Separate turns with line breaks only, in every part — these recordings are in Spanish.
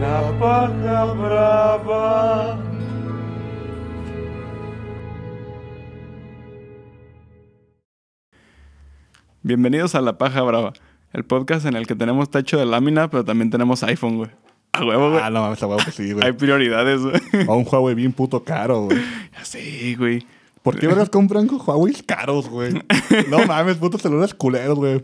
paja brava.
Bienvenidos a La Paja Brava, el podcast en el que tenemos techo de lámina, pero también tenemos iPhone, güey. A huevo, güey.
Ah, no mames, a huevo que sí,
Hay
güey.
prioridades, güey.
A un Huawei bien puto caro, güey.
Así, güey.
¿Por qué vergas compran con Huawei caros, güey? No mames, putos celulares culeros, güey.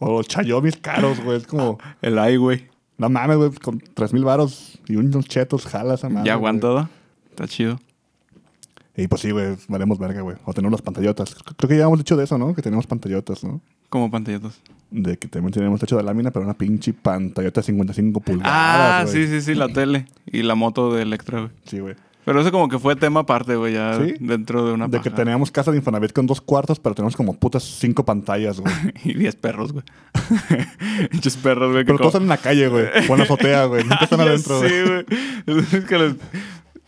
O los Chayomis caros, güey. Es como,
El i, güey.
no mames, güey, con 3000 varos y unos chetos jalas a madre.
Ya
güey.
aguantado. Está chido.
Y pues sí, güey, valemos verga, güey. O tenemos las pantallotas. Creo que ya hemos dicho de eso, ¿no? Que tenemos pantallotas, ¿no?
Como pantallotas.
De que también tenemos techo de lámina, pero una pinche pantallota de 55 pulgadas.
Ah,
güey.
sí, sí, sí, la tele. Y la moto de Electra, güey.
Sí, güey.
Pero eso como que fue tema aparte, güey, ya
¿Sí?
dentro de una
De que
paja.
teníamos casa de Infonavit con dos cuartos, pero tenemos como putas cinco pantallas, güey.
Y 10 perros, güey. Muchos perros, güey. que
Pero
como-
todos están en la calle, güey. O en la azotea, güey. Nunca están
Ah, ya
adentro, güey.
Sí, güey. Es que los-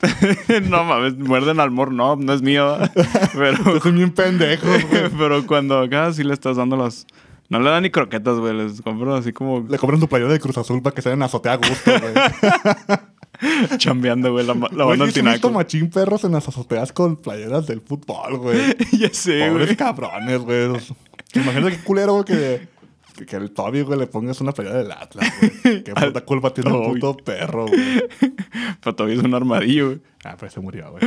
no mames, muerden al mor. No, no es mío. Pero,
Son bien pendejos, güey.
pero cuando acá sí le estás dando las... No le dan ni croquetas, güey. Les compro así como
Le compran su playera de Cruz Azul para que sean en la azotea a gusto, güey.
chambeando, güey, la, ma- la banda
Güey, yo
al
sí he visto
tinaco.
machín perros en las azoteas con playeras del fútbol, güey.
ya sé,
Pobres
güey.
cabrones, güey. Imagínate qué culero, güey, que, que, que el Toby, güey, le pongas una playera del Atlas, güey. Qué puta culpa tiene un
Toby.
puto perro, güey.
Pero todavía es un armadillo, güey.
Ah, pero se murió, güey.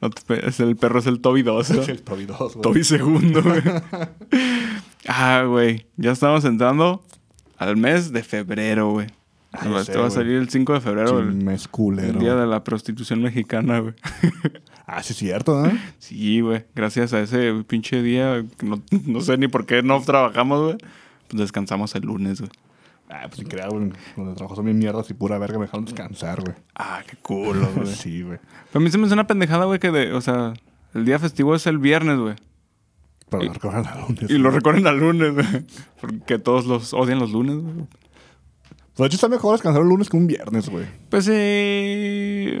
No te pe- es el perro es el Toby 2.
Es el Toby 2, güey.
Toby segundo, güey. ah, güey. Ya estamos entrando al mes de febrero, güey.
Ah, ya sé,
Te va a
güey.
salir el 5 de febrero, el,
Chismes
el
culero.
día de la prostitución mexicana, güey.
Ah, sí es cierto, ¿no?
sí, güey. Gracias a ese pinche día, que no, no sé ni por qué no trabajamos, güey. Pues descansamos el lunes, güey.
Ah, pues sin creer, güey. Los trabajos son bien mierdas y pura verga me dejaron descansar, güey.
Ah, qué culo, güey.
Sí, güey.
Pero a mí se me hace una pendejada, güey, que de, o sea, el día festivo es el viernes, güey.
Pero lo recordaron a lunes.
Y lo recorren al lunes, güey. Porque todos los odian los lunes, güey.
Pues, De hecho, está mejor descansar un lunes que un viernes, güey.
Pues sí,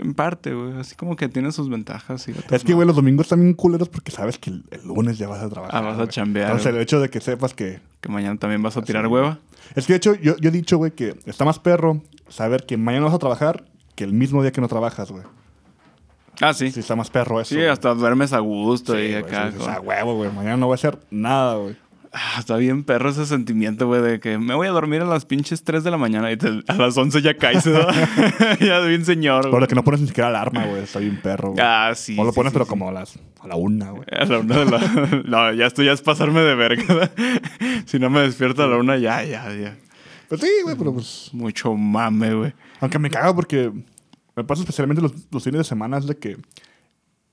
en parte, güey. Así como que tiene sus ventajas. Y otras
Es que,
no.
güey, los domingos están bien culeros porque sabes que el, el lunes ya vas a trabajar.
Ah, vas a
güey.
chambear,
Entonces, el
güey.
hecho de que sepas que.
Que mañana también
Ah,
vas a tirar hueva.
Es que, de hecho, yo, yo he dicho, güey, que está más perro saber que mañana vas a trabajar que el mismo día que no trabajas, güey.
Ah, sí.
Sí,
Sí,
está más perro eso. güey.
hasta duermes a gusto
Sí,
y
güey,
acá.
sí, dices,
güey.
"Ah, huevo, güey. Mañana no voy a hacer nada, güey.
Ah, está bien perro ese sentimiento, güey, de que me voy a dormir a las pinches 3 de la mañana y te- a las 11 ya caes, ¿no? ya bien señor,
Pero
güey.
lo que no pones ni siquiera alarma, güey. Está bien perro, güey.
Ah, sí.
o lo
sí,
pones,
sí,
pero
sí.
como a las. A la una, güey.
A la una de la... No, ya esto ya es pasarme de verga. si no me despierto a la una, ya, ya, ya.
Pues sí, güey, pero pues.
Mucho mame, güey.
Aunque me caga porque me pasa especialmente los, los fines de semana, es de que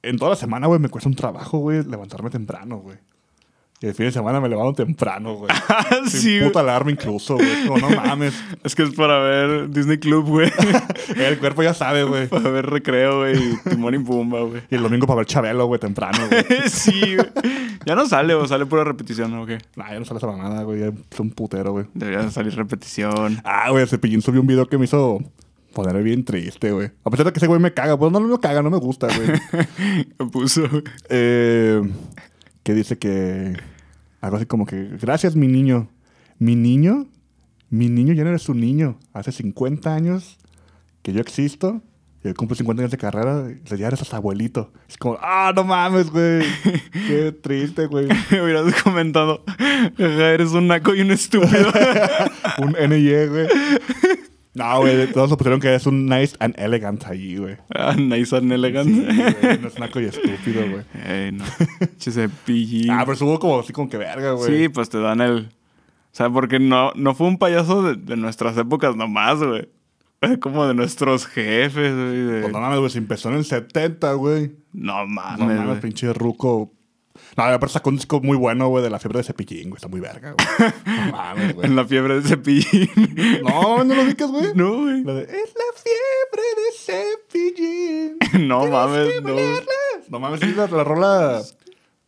en toda la semana, güey, me cuesta un trabajo, güey, levantarme temprano, güey. Y el fin de semana me levanto temprano, güey. Sin
Ah, sí, güey.
puta alarma incluso, güey. Es como, no mames.
Es que es para ver Disney Club, güey.
El cuerpo ya sabe, güey.
para ver recreo, güey. y Timón y Pumba, güey.
Y el domingo para ver Chabelo, güey, temprano, güey.
sí, güey. Ya no sale, o sale pura repetición, ¿o qué?
Nah, ya no sale esa mamada, güey. Ya es un putero, güey.
Debería de salir repetición.
Ah, güey, Cepillín subió un video que me hizo ponerme bien triste, güey. A pesar de que ese güey me caga. Pues no, no me caga, no me gusta, güey.
Me puso, güey.
Eh, que dice que. Algo así como que. Gracias, mi niño. Mi niño. Mi niño ya no eres un niño. Hace 50 años que yo existo. Yo cumplo 50 años de carrera. y Ya eres hasta abuelito. Es como, ah, no mames, güey. Qué triste, güey.
Me hubieras comentado. "Ajá, Eres un naco y un estúpido.
Un NY, güey. No, güey. Todos se pusieron que eres un nice and elegant allí, güey.
ah, nice and elegant.
Sí, güey, no es naco y estúpido, güey.
Ey, no. Che cepillín.
Ah, pero subo como así como que verga, güey.
Sí, pues te dan el. O sea, porque no, no fue un payaso de, de nuestras épocas nomás, güey. Fue Como de nuestros jefes, güey. de-
Pues no mames, güey, se empezó en el 70, güey.
No mames.
Ah, No mames,
güey.
pinche ruco. No, aparte sacó un disco muy bueno, güey, de la fiebre de cepillín, güey. Está muy verga, güey. No mames, güey.
En la fiebre de cepillín.
No, no lo ubicas, güey.
No, güey.
La de, es la fiebre de cepillín.
No mames,
que
no.
pelearla". No mames, sí, la, la rola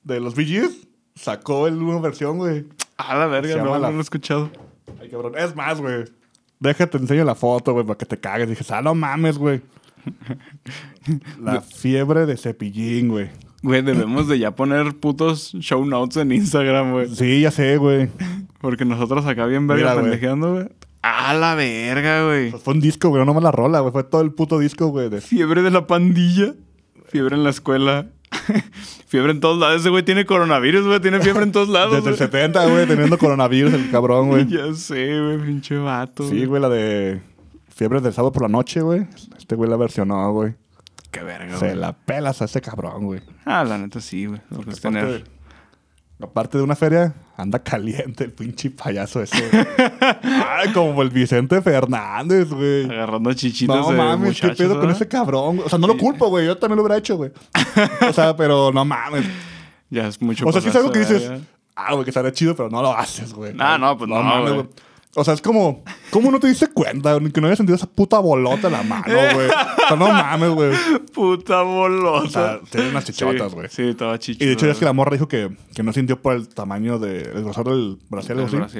de los VGs sacó el una versión, güey.
A la
Se
verga,
llama
no,
la-
no lo he escuchado.
Ay, cabrón. Es más, güey. Déjate, enseño la foto, güey, para que te cagues. Dije, ah, no mames, güey. La fiebre de cepillín, güey.
Güey, debemos de ya poner putos show notes en Instagram, güey.
Sí, ya sé, güey.
Porque nosotros acá bien verga
Mira, güey.
pendejeando, güey. A la verga, güey.
Pues fue un disco, güey, no nomás la rola, güey. Fue todo el puto disco, güey. de-
Fiebre de la pandilla. Fiebre en la escuela. fiebre en todos lados. Ese güey tiene coronavirus, güey. Tiene fiebre en todos lados.
Desde el
güey.
70, güey, teniendo coronavirus, el cabrón, güey.
Ah, Ya sé, güey, pinche vato.
Sí, güey, la de Fiebres del sábado por la noche, güey. Este güey la versionó, güey.
Qué verga,
Se
güey.
la pelas a ese cabrón, güey.
Ah, la neta sí, güey. Lo que es
Aparte
tener.
de- Aparte de una feria, anda caliente el pinche payaso ese. güey. Ay, como el Vicente Fernández, güey.
Agarrando chichitas
No
Ah, de
mames, qué
muchachos.
pedo con
¿verdad?
ese cabrón. güey. O sea, no lo culpo, güey. Yo también lo hubiera hecho, güey. O sea, pero no mames.
Ya es mucho
O sea, sí es algo que
pasarse,
dices,
¿verdad?
ah, güey, que estaría chido, pero no lo haces, güey.
Ah, no, pues no, güey.
O sea, es como, ¿cómo no te diste cuenta güey, que no había sentido esa puta bolota en la mano, güey? O sea, no mames, güey.
Puta
O sea,
bolosa.
tenía unas chichotas,
Sí,
güey.
Sí, estaba chichota.
Y de hecho, es que la morra dijo que, que no sintió por el tamaño de, el grosor del brasier o algo así.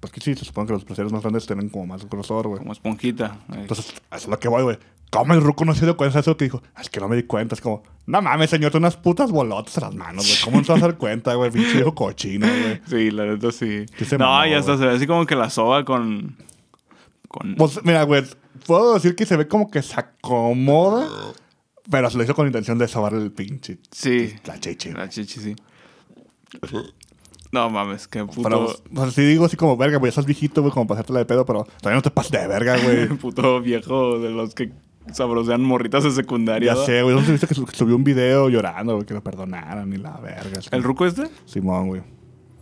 Pues que sí, se supone que los brasieres más grandes tienen como más grosor, güey.
Como esponjita. ahí.
Entonces, eso es lo que voy, güey. ¿Cómo el ruco no se dio cuenta de eso que dijo? "Ah, Es que no me di cuenta. Es como, no mames, señor, son unas putas bolotas en las manos, güey. ¿Cómo no te vas a dar cuenta, güey? Pinche viejo cochino, güey.
Sí, la neta sí.
Sí se
no,
mamó,
ya está,
güey.
se ve así como que la soba con. con...
Pues mira, güey, puedo decir que se ve como que se acomoda, pero se lo hizo con intención de sobar el pinche.
sí.
La cheche.
La chichi, sí. No mames, qué puto.
Pero, o sea, sí digo así como, verga, güey, estás viejito, güey, como para hacértela de pedo, pero todavía no te pases de verga, güey.
puto viejo de los que sabrosean morritas de secundaria.
ya
¿verdad?
sé, güey, no sé si viste que su- subió un video llorando, güey, que lo perdonaran y la verga. así
¿El
como,
ruco este?
Simón, güey.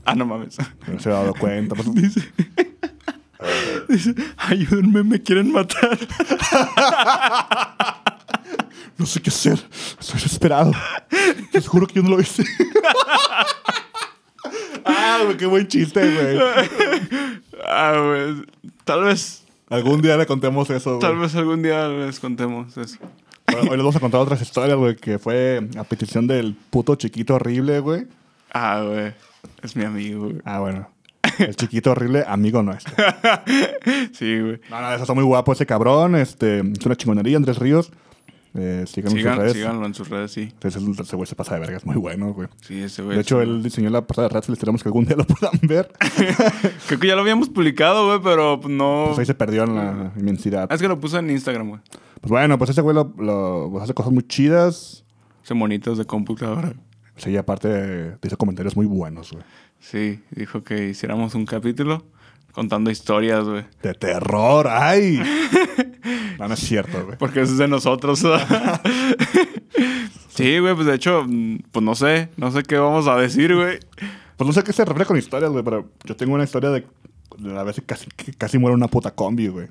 Ah, no mames.
No se ha dado cuenta. pues,
Dice. Dice, ayúdenme, me quieren matar.
no sé qué hacer. Estoy desesperado. Te juro que yo no lo hice. ah, güey, qué buen chiste, güey.
Ah, güey. Tal vez,
Algún día le contemos eso, güey.
tal vez algún día les contemos eso.
Hoy hoy les vamos a contar otras historias, güey, que fue a petición del puto chiquito horrible, güey.
Ah, güey. Es mi amigo, güey.
Ah, bueno. El chiquito horrible, amigo nuestro.
Sí, güey.
No, no, eso está muy guapo ese cabrón. Este, es una chingonería, Andrés Ríos. Eh, síganlo en sus
Sigan,
redes.
síganlo en sus redes, sí.
Entonces, ese- ese güey se pasa de verga, es muy bueno, güey.
Sí, ese güey.
De hecho,
Pues, sí.
él diseñó la pasada de Rats, les esperamos que algún día lo puedan ver.
Creo que ya lo habíamos publicado, güey, pero pues, no.
Pues ahí se perdió en la inmensidad.
Ah, Es que lo puso en Instagram, güey.
Pues bueno, pues ese güey lo, lo- pues, hace cosas muy chidas.
Son monitos de computadora.
Sí, y aparte eh, dice comentarios muy buenos, güey.
Sí, dijo que hiciéramos un capítulo contando historias, güey.
De terror, ay. No, no es cierto, güey.
Porque eso es de nosotros. sí, güey, pues de hecho, mm, pues no sé, no sé qué vamos a decir, güey.
Pues no sé a qué se refiere con historias, güey, pero yo tengo una historia de, de la vez que casi, que casi muere una puta combi, güey.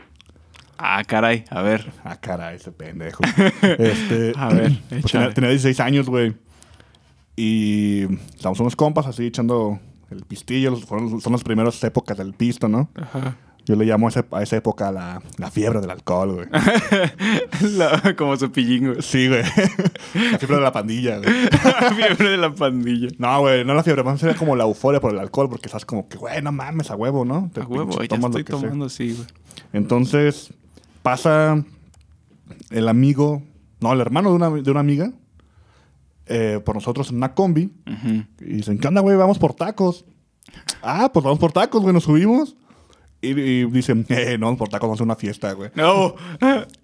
Ah, caray, a ver.
Ah, caray, ese pendejo. este,
A ver,
pues
échale.
tenía, tenía 16 años, güey. Y estábamos unos compas así echando el pistillo. los- fueron- son las primeras épocas del pisto, ¿no?
Ajá.
Yo le llamo a, ese- a esa época la, la fiebre del alcohol, güey.
La- como cepillín, güey.
Sí, güey. La fiebre de la pandilla, güey.
Fiebre de la pandilla.
No, güey, no la fiebre, más sería como la euforia por el alcohol, porque estás como que, güey, no mames, a huevo, ¿no? Te
A huevo,
pinche
ya
tomas lo
estoy
que sea.
tomando así, güey.
Entonces, pasa el amigo, no, el hermano de una, de una amiga, eh, por nosotros en una combi,
Ujú.
y dicen, ¿qué onda, güey? Vamos por tacos. Ah, pues vamos por tacos, güey, nos subimos. Y, y dicen, eh, no, vamos por tacos, vamos a una fiesta, güey.
No.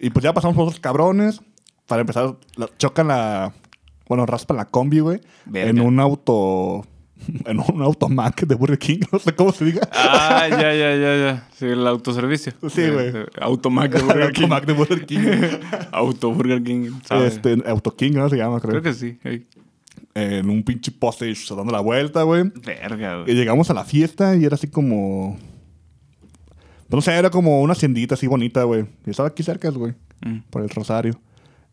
Y pues ya pasamos por otros cabrones. Para empezar, la- chocan la. Bueno, raspan la combi, güey.
Verga.
En un auto. En un automac de Burger King, no sé cómo se diga.
Ah, ya, ya, ya, ya. Sí, el autoservicio.
Sí, güey.
Automac de
El
Burger King.
automac de Burger King.
Auto Burger King. ¿sabe?
este, Auto King, ¿no? Se llama, creo.
Creo que sí. ey.
En un pinche poste se dando la vuelta, güey.
Verga,
Y
güey.
llegamos a la fiesta y era así como. No sé, era como una haciendita así bonita, güey. Y estaba aquí cerca, güey.
Mm.
por el Rosario.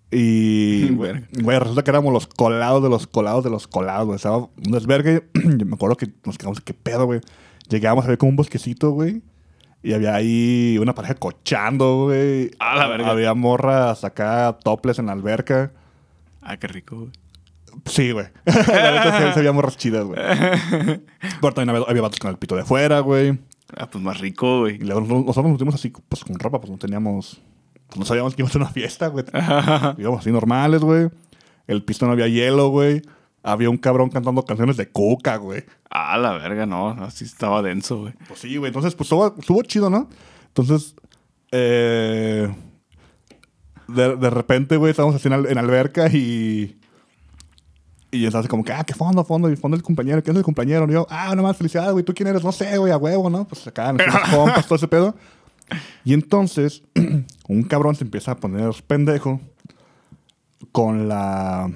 Y, güey,
Verga.
güey, resulta que éramos los colados de los colados de los colados, güey. Estaba un desvergue. Yo me acuerdo que nos quedamos, qué pedo, güey. Llegábamos a ver como un bosquecito, güey. Y había ahí una pareja cochando, güey.
A la verga.
Había morras acá, toples en la alberca.
Ah, qué rico, güey.
Sí, güey. la neta, sí, sí había morras chidas, güey. Pero también había, había vatos con el pito de fuera, güey.
Ah, pues más rico, güey.
Y luego nos- nosotros nos dimos así, pues con ropa, pues no teníamos. pues, no sabíamos que íbamos a una fiesta, güey. Íbamos así normales, güey. El pistón había hielo, güey. Había un cabrón cantando canciones de coca, güey.
Ah, la verga, no. Así estaba denso, güey.
Pues sí, güey. Entonces, pues estuvo, estuvo chido, ¿no? Entonces, eh, de, de repente, güey, estábamos así en, al- en alberca y. Y estás así como que, ah, qué fondo, fondo, y fondo el compañero, ¿quién es el compañero? Y yo, ah, nomás, felicidades, güey, ¿tú quién eres? No sé, güey, a huevo, ¿no? Pues acá, nos hicimos compas, todo ese pedo. Y entonces, un cabrón se empieza a poner pendejo con la.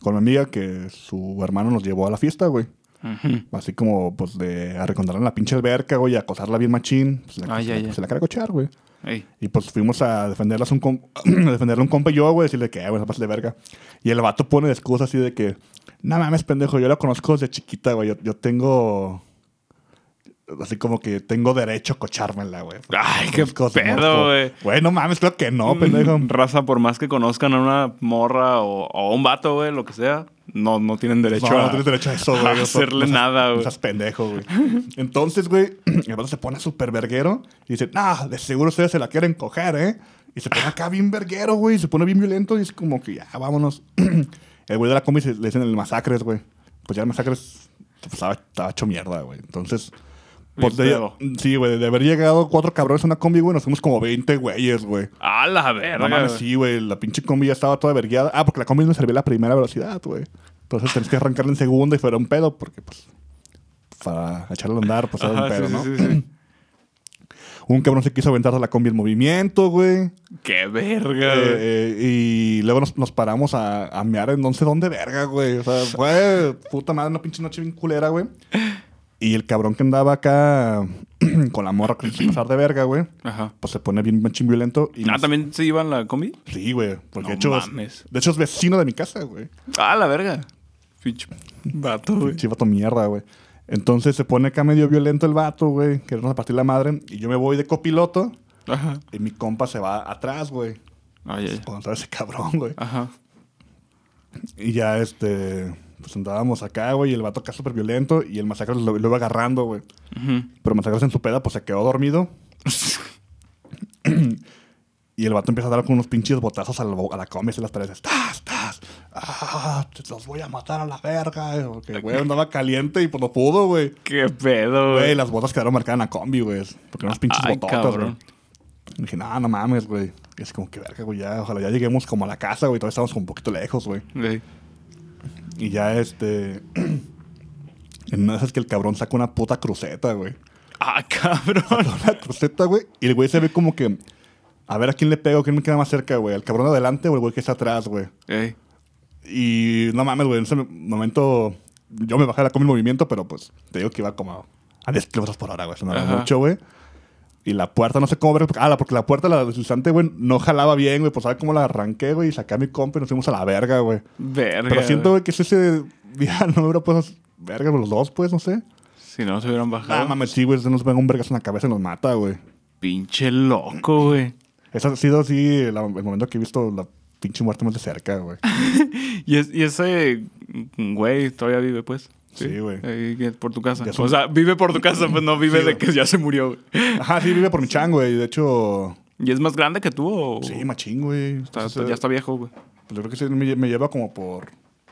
con la amiga que su hermano nos llevó a la fiesta, güey.
Ujú.
Así como, pues, de arrecontarla en la pinche alberca, güey, y acosarla bien machín. Pues, la-
Ay,
se,
ay,
la,
ay.
se la quería cochar, güey.
Ey.
Y pues fuimos a defenderlas un com- a defenderle a un compa y yo, güey, decirle que, "Eh, güey, se de verga. Y el vato pone de excusa así de que, no mames, pendejo, yo la conozco desde chiquita, güey. Yo, yo tengo. Así como que tengo derecho a cochármela, güey.
Ay, qué
Cosas, ¿no?
pedo,
Como,
güey. Mm.
Güey, no mames, creo que no, pendejo.
Raza, por más que conozcan a una morra o, o a un vato, güey, lo que sea, no, no tienen derecho
No,
a...
no tienes derecho a eso, güey.
a
No seas-
hacerle
no seas-
nada,
No
güey.
seas pendejo, güey. Entonces, güey, el vato se pone súper verguero y dice, nah, de seguro ustedes se la quieren coger, ¿eh? Y se pone acá bien verguero, güey. y Se pone bien violento y es como que ya, vámonos. el güey de la combi se- le dicen el masacres, güey. Pues ya el masacres pues, estaba, estaba hecho mierda, güey. Entonces...
Bien
Pues de,
pedo.
sí, güey, de haber llegado cuatro cabrones a una combi, güey, nos fuimos como 20 güeyes, güey.
A Ah, la
No
verga,
mames,
güey.
sí, güey. La pinche combi ya estaba toda vergueada. Ah, porque la combi no servía la primera velocidad, güey. Entonces tenés que arrancarla en segunda y fuera un pedo, porque pues. Para echarla a andar, pues era
Ajá,
un pedo,
sí,
¿no?
sí, sí, sí.
Un cabrón se quiso aventar a la combi en movimiento, güey.
Qué verga, güey.
Eh, eh, y luego nos, nos paramos a, a mear en no sé dónde, verga, güey. O sea, fue puta madre, una pinche noche bien culera, güey. Y el cabrón que andaba acá con la morra que se hizo pasar de verga, güey,
Ajá.
pues se pone bien machín violento. Y
Ah,
nos-
¿también se iban la combi?
Sí, güey. Porque
No
de, hecho, es-
mames.
de hecho es vecino de mi casa, güey.
A Ah, la verga. Pinche vato, güey.
Pinche vato mierda, güey. Entonces se pone acá medio violento el vato, güey. Queremos partir la madre. Y yo me voy de copiloto.
Ajá.
Y mi compa se va atrás, güey.
Ay, ay.
Contra ese cabrón, güey.
Ajá.
Y ya, este... Pues andábamos acá, güey. Y el vato acá súper violento. Y el masacre lo, lo iba agarrando, güey.
Ujú.
Pero masacre en su peda, pues se quedó dormido. Y el vato empieza a dar con unos pinches botazos a la, bo- a la combi, se las trae. ¡Tas, tas! ¡Ah! te- ¡Los voy a matar a la verga! Porque, güey, andaba caliente y pues no pudo, güey.
Qué pedo,
Güey,
güey.
las botas quedaron marcadas en la combi, güey. Porque eran unas pinches
Ay,
bototas,
cabrón.
güey. Y Dije, no, no mames, güey. Y Es como que verga, güey. Ya, ojalá ya lleguemos como a la casa, güey. Todavía estamos como un poquito lejos, güey.
Güey.
Y ya, este. En una de esas que el cabrón saca una puta cruceta, güey.
Ah, cabrón.
Una cruceta, güey. Y el güey se ve como que. A ver a quién le pego, quién me queda más cerca, güey. ¿Al cabrón de adelante o el güey que está atrás, güey?
Ey.
Y no mames, güey, en ese momento yo me bajé la combi en movimiento, pero pues te digo que iba como a 10 kilómetros por hora, güey. Eso no era
Ajá.
mucho, güey. Y la puerta, no sé cómo ver. Ah, la- porque la puerta, la deslizante, güey, no jalaba bien, güey. Pues sabe cómo la arranqué, güey. Y saqué a mi compa y nos fuimos a la verga, güey.
Verga.
Pero siento,
güey.
güey, que si ese día no me hubiera puesto verga los dos, pues, no sé.
Si no se hubieran
Ah,
bajado.
mames, sí, güey. Se nos venga un vergazo en la cabeza y nos mata, güey.
Pinche loco, güey.
Ese ha sido así la- el momento que he visto la pinche muerte más de cerca, güey.
Y, es- y ese güey todavía vive, pues.
Sí, güey.
Ahí por tu casa.
Ya es
O
un-
sea, vive por tu casa, pues no vive
Sí,
de
güey.
que ya se murió, güey.
Ajá, sí, vive por mi chango, güey. De hecho,
¿Y es más grande que tú o...?
Sí, machín, güey.
Uh. Está-
Pues, ese-
ya está viejo, güey.
pues, yo creo que ese me, me lleva como por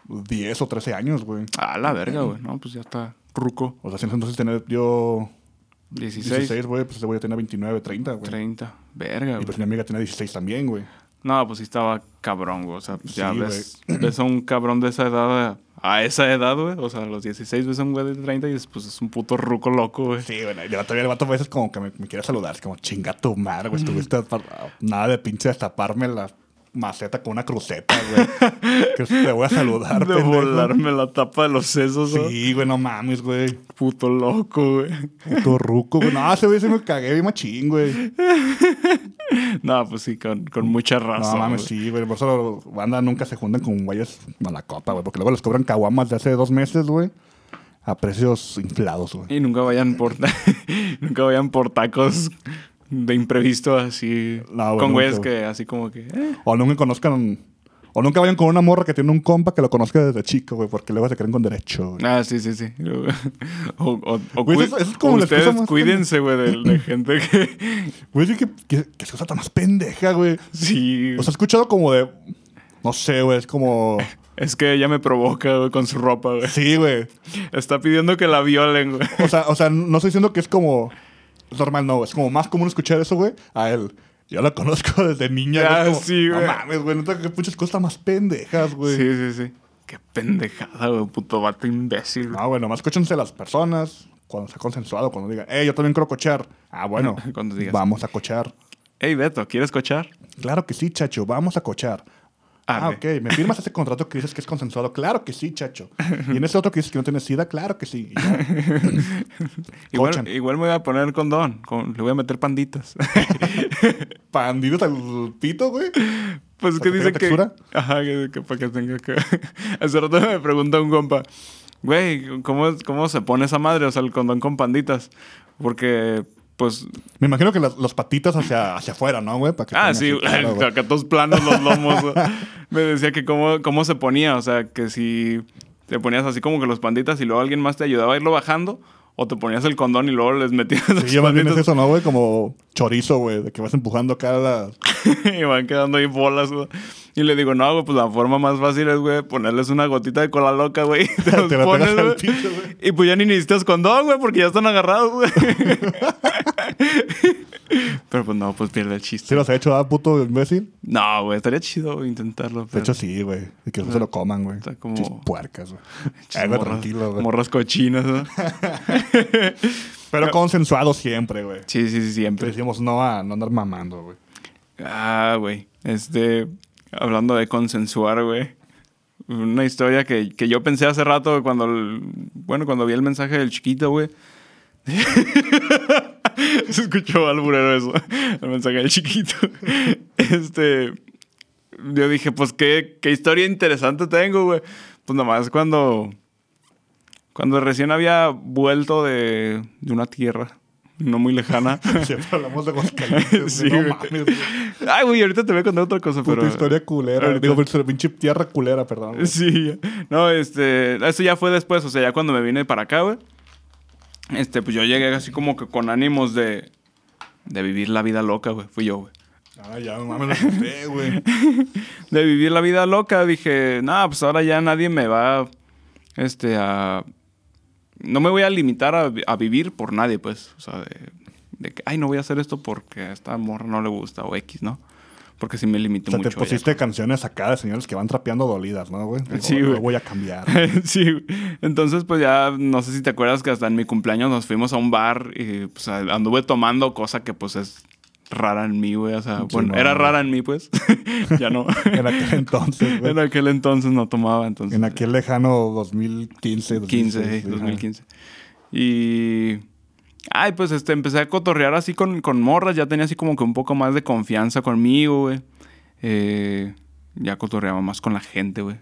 10 o 13 años, güey.
Ah, la verga, güey. No, pues ya está ruco.
O sea, si entonces tener yo
16,
16, güey, pues ese güey tenía 29, 30, güey.
30. Verga,
Y
güey.
pues mi amiga tenía 16 también, güey.
No, pues sí estaba cabrón, güey. O sea, pues, ya
Sí,
ves, ves a un cabrón de esa edad a, a esa edad, güey. O sea, a los 16 ves a un güey de 30 y después es un puto ruco loco, güey.
Sí, güey. Yo todavía el vato a veces como que me, me quiere saludar. Es como, chinga tu madre, güey. Estuviste a- a- nada de pinche destaparme la maceta con una cruceta, güey. que te voy a saludar,
De
pendejo.
volarme la tapa de los sesos, güey.
Sí, güey, no mames, güey.
Puto loco, güey.
Puto ruco, güey. No, ese güey se me cagué bien machín, güey.
No, pues sí, con, con mucha raza.
No mames,
güey.
sí, güey. Por eso la banda nunca se juntan con güeyes a la copa, güey. Porque luego les cobran caguamas de hace dos meses, güey. A precios inflados, güey.
Y nunca vayan por nunca vayan por tacos de imprevisto así
No, güey,
con güeyes
nunca,
que así como que eh,
O nunca conozcan. O nunca vayan con una morra que tiene un compa que lo conozca desde chico, güey. Porque luego se creen con derecho, güey.
Ah, sí, sí, sí. O, o, o
Güey,
cuí-
eso- eso es como
o
la excusa
ustedes
más
cuídense, güey, de, de gente que...
Güey, sí que, que, que se usa tan más pendeja, güey.
Sí,
O sea, he escuchado como de. No sé, güey. Es como.
es que ella me provoca, güey, con su ropa, güey.
Sí, güey.
Está pidiendo que la violen, güey.
O sea, o sea, no estoy diciendo que es como. es normal, no. Es como más común escuchar eso, güey, a él. Yo la conozco desde niña.
Ah,
güey, como,
sí, güey.
No mames, güey. Neta que muchas cosas más pendejas, güey.
Sí, sí, sí. Qué pendejada, güey. Puto vato imbécil.
No, güey, nomás escúchense las personas cuando sea consensuado, cuando digan, eh, yo también quiero cochar. Ah, bueno,
Cuando digas.
vamos a cochar.
Hey, Beto, ¿quieres cochar?
Claro que sí, chacho, vamos a cochar. Ah, ok,
Arre.
¿me firmas ese contrato que dices que es consensuado? Claro que sí, chacho. ¿Y en ese otro que dices que no tienes sida? Claro que sí. Y ya.
Igual,
Cochan.
igual me voy a poner condón. con- le voy a meter panditas.
Pandidos al pito, güey.
Pues es que
¿Para que
dice que.
tenga textura?
Ajá, que, que para que tenga que. Hace rato me preguntó un compa, güey, ¿cómo, es- ¿cómo se pone esa madre? O sea, el condón con panditas. Porque, pues.
Me imagino que las, las patitas hacia, hacia afuera, ¿no, güey? Para que
Ah,
tenga
sí,
así, claro, güey.
acá todos planos los lomos. me decía que cómo, cómo se ponía. O sea, que si te ponías así como que los panditas y luego alguien más te ayudaba a irlo bajando. O te ponías el condón y luego les metías
Sí,
los
yo más bien es
panditas
eso, ¿no, güey? Como chorizo, güey, de que vas empujando acá la...
y van quedando ahí bolas, güey. Y le digo, no, güey, pues la forma más fácil es, güey, ponerles una gotita de cola loca, güey. y Te, los
Te la
pones,
pegas al
güey.
pito, güey.
Y pues ya ni necesitas condón, güey, porque ya están agarrados, güey. Pero pues no, pues pierde el
¿Sí
chiste.
los ha hecho, ah, puto imbécil?
No, güey, estaría chido güey, intentarlo.
De
pero-
hecho, sí, güey. Y que no se lo coman, güey.
Está como-
Chis puercas, güey.
Chis,
Algo
morras-
tranquilo, güey.
Morras cochinas, ¿no?
Pero consensuado siempre, güey.
Sí, sí, sí,
Le
siempre.
decimos no a no andar mamando, güey.
Ah, güey. Este, hablando de consensuar, güey. Una historia que, que yo pensé hace rato güey, cuando, el- bueno, cuando vi el mensaje del chiquito, güey. Se escuchó alburero eso, el mensaje del chiquito. Este, yo dije, pues qué, qué historia interesante tengo, güey. Pues nomás cuando, cuando recién había vuelto de, de una tierra no muy lejana.
Siempre hablamos de Aguascalientes,
Sí,
güey.
güey.
No mames, güey.
Ay, güey, ahorita te voy a contar otra cosa,
Puta
pero...
historia culera.
ahorita-
Digo, pinche- pinche tierra culera, perdón. güey.
Sí, no, este, eso ya fue después, o sea, ya cuando me vine para acá, güey. Este, pues yo llegué así como que con ánimos de, de vivir la vida loca, güey. Fui yo, güey.
Ah, ya, no mames, lo asusté, güey.
De vivir la vida loca, dije, nah, pues ahora ya nadie me va, este, a... No me voy a limitar a, vi- a vivir por nadie, pues. O sea, de, de que, ay, no voy a hacer esto porque a esta morra no le gusta o X, ¿no? Porque si me
O
limité
sea, te
mucho. a ella.
pusiste canciones acá de señores que van trapeando dolidas, ¿no, güey? Digo,
Sí,
"Yo
güey.
voy a cambiar.
sí, güey. entonces pues ya no sé si te acuerdas que hasta en mi cumpleaños nos fuimos a un bar y pues a- anduve tomando cosa que pues es rara en mí, güey, o sea, bueno,
no.
era rara en mí pues, ya no.
En aquel entonces, güey.
en aquel entonces no tomaba, entonces. eh,
En aquel lejano 2015.
15,
2016, ajá.
2015. Y. Ay, pues este, empecé a cotorrear así con, con morras. Ya tenía así como que un poco más de confianza conmigo, güey. Eh, ya cotorreaba más con la gente, güey.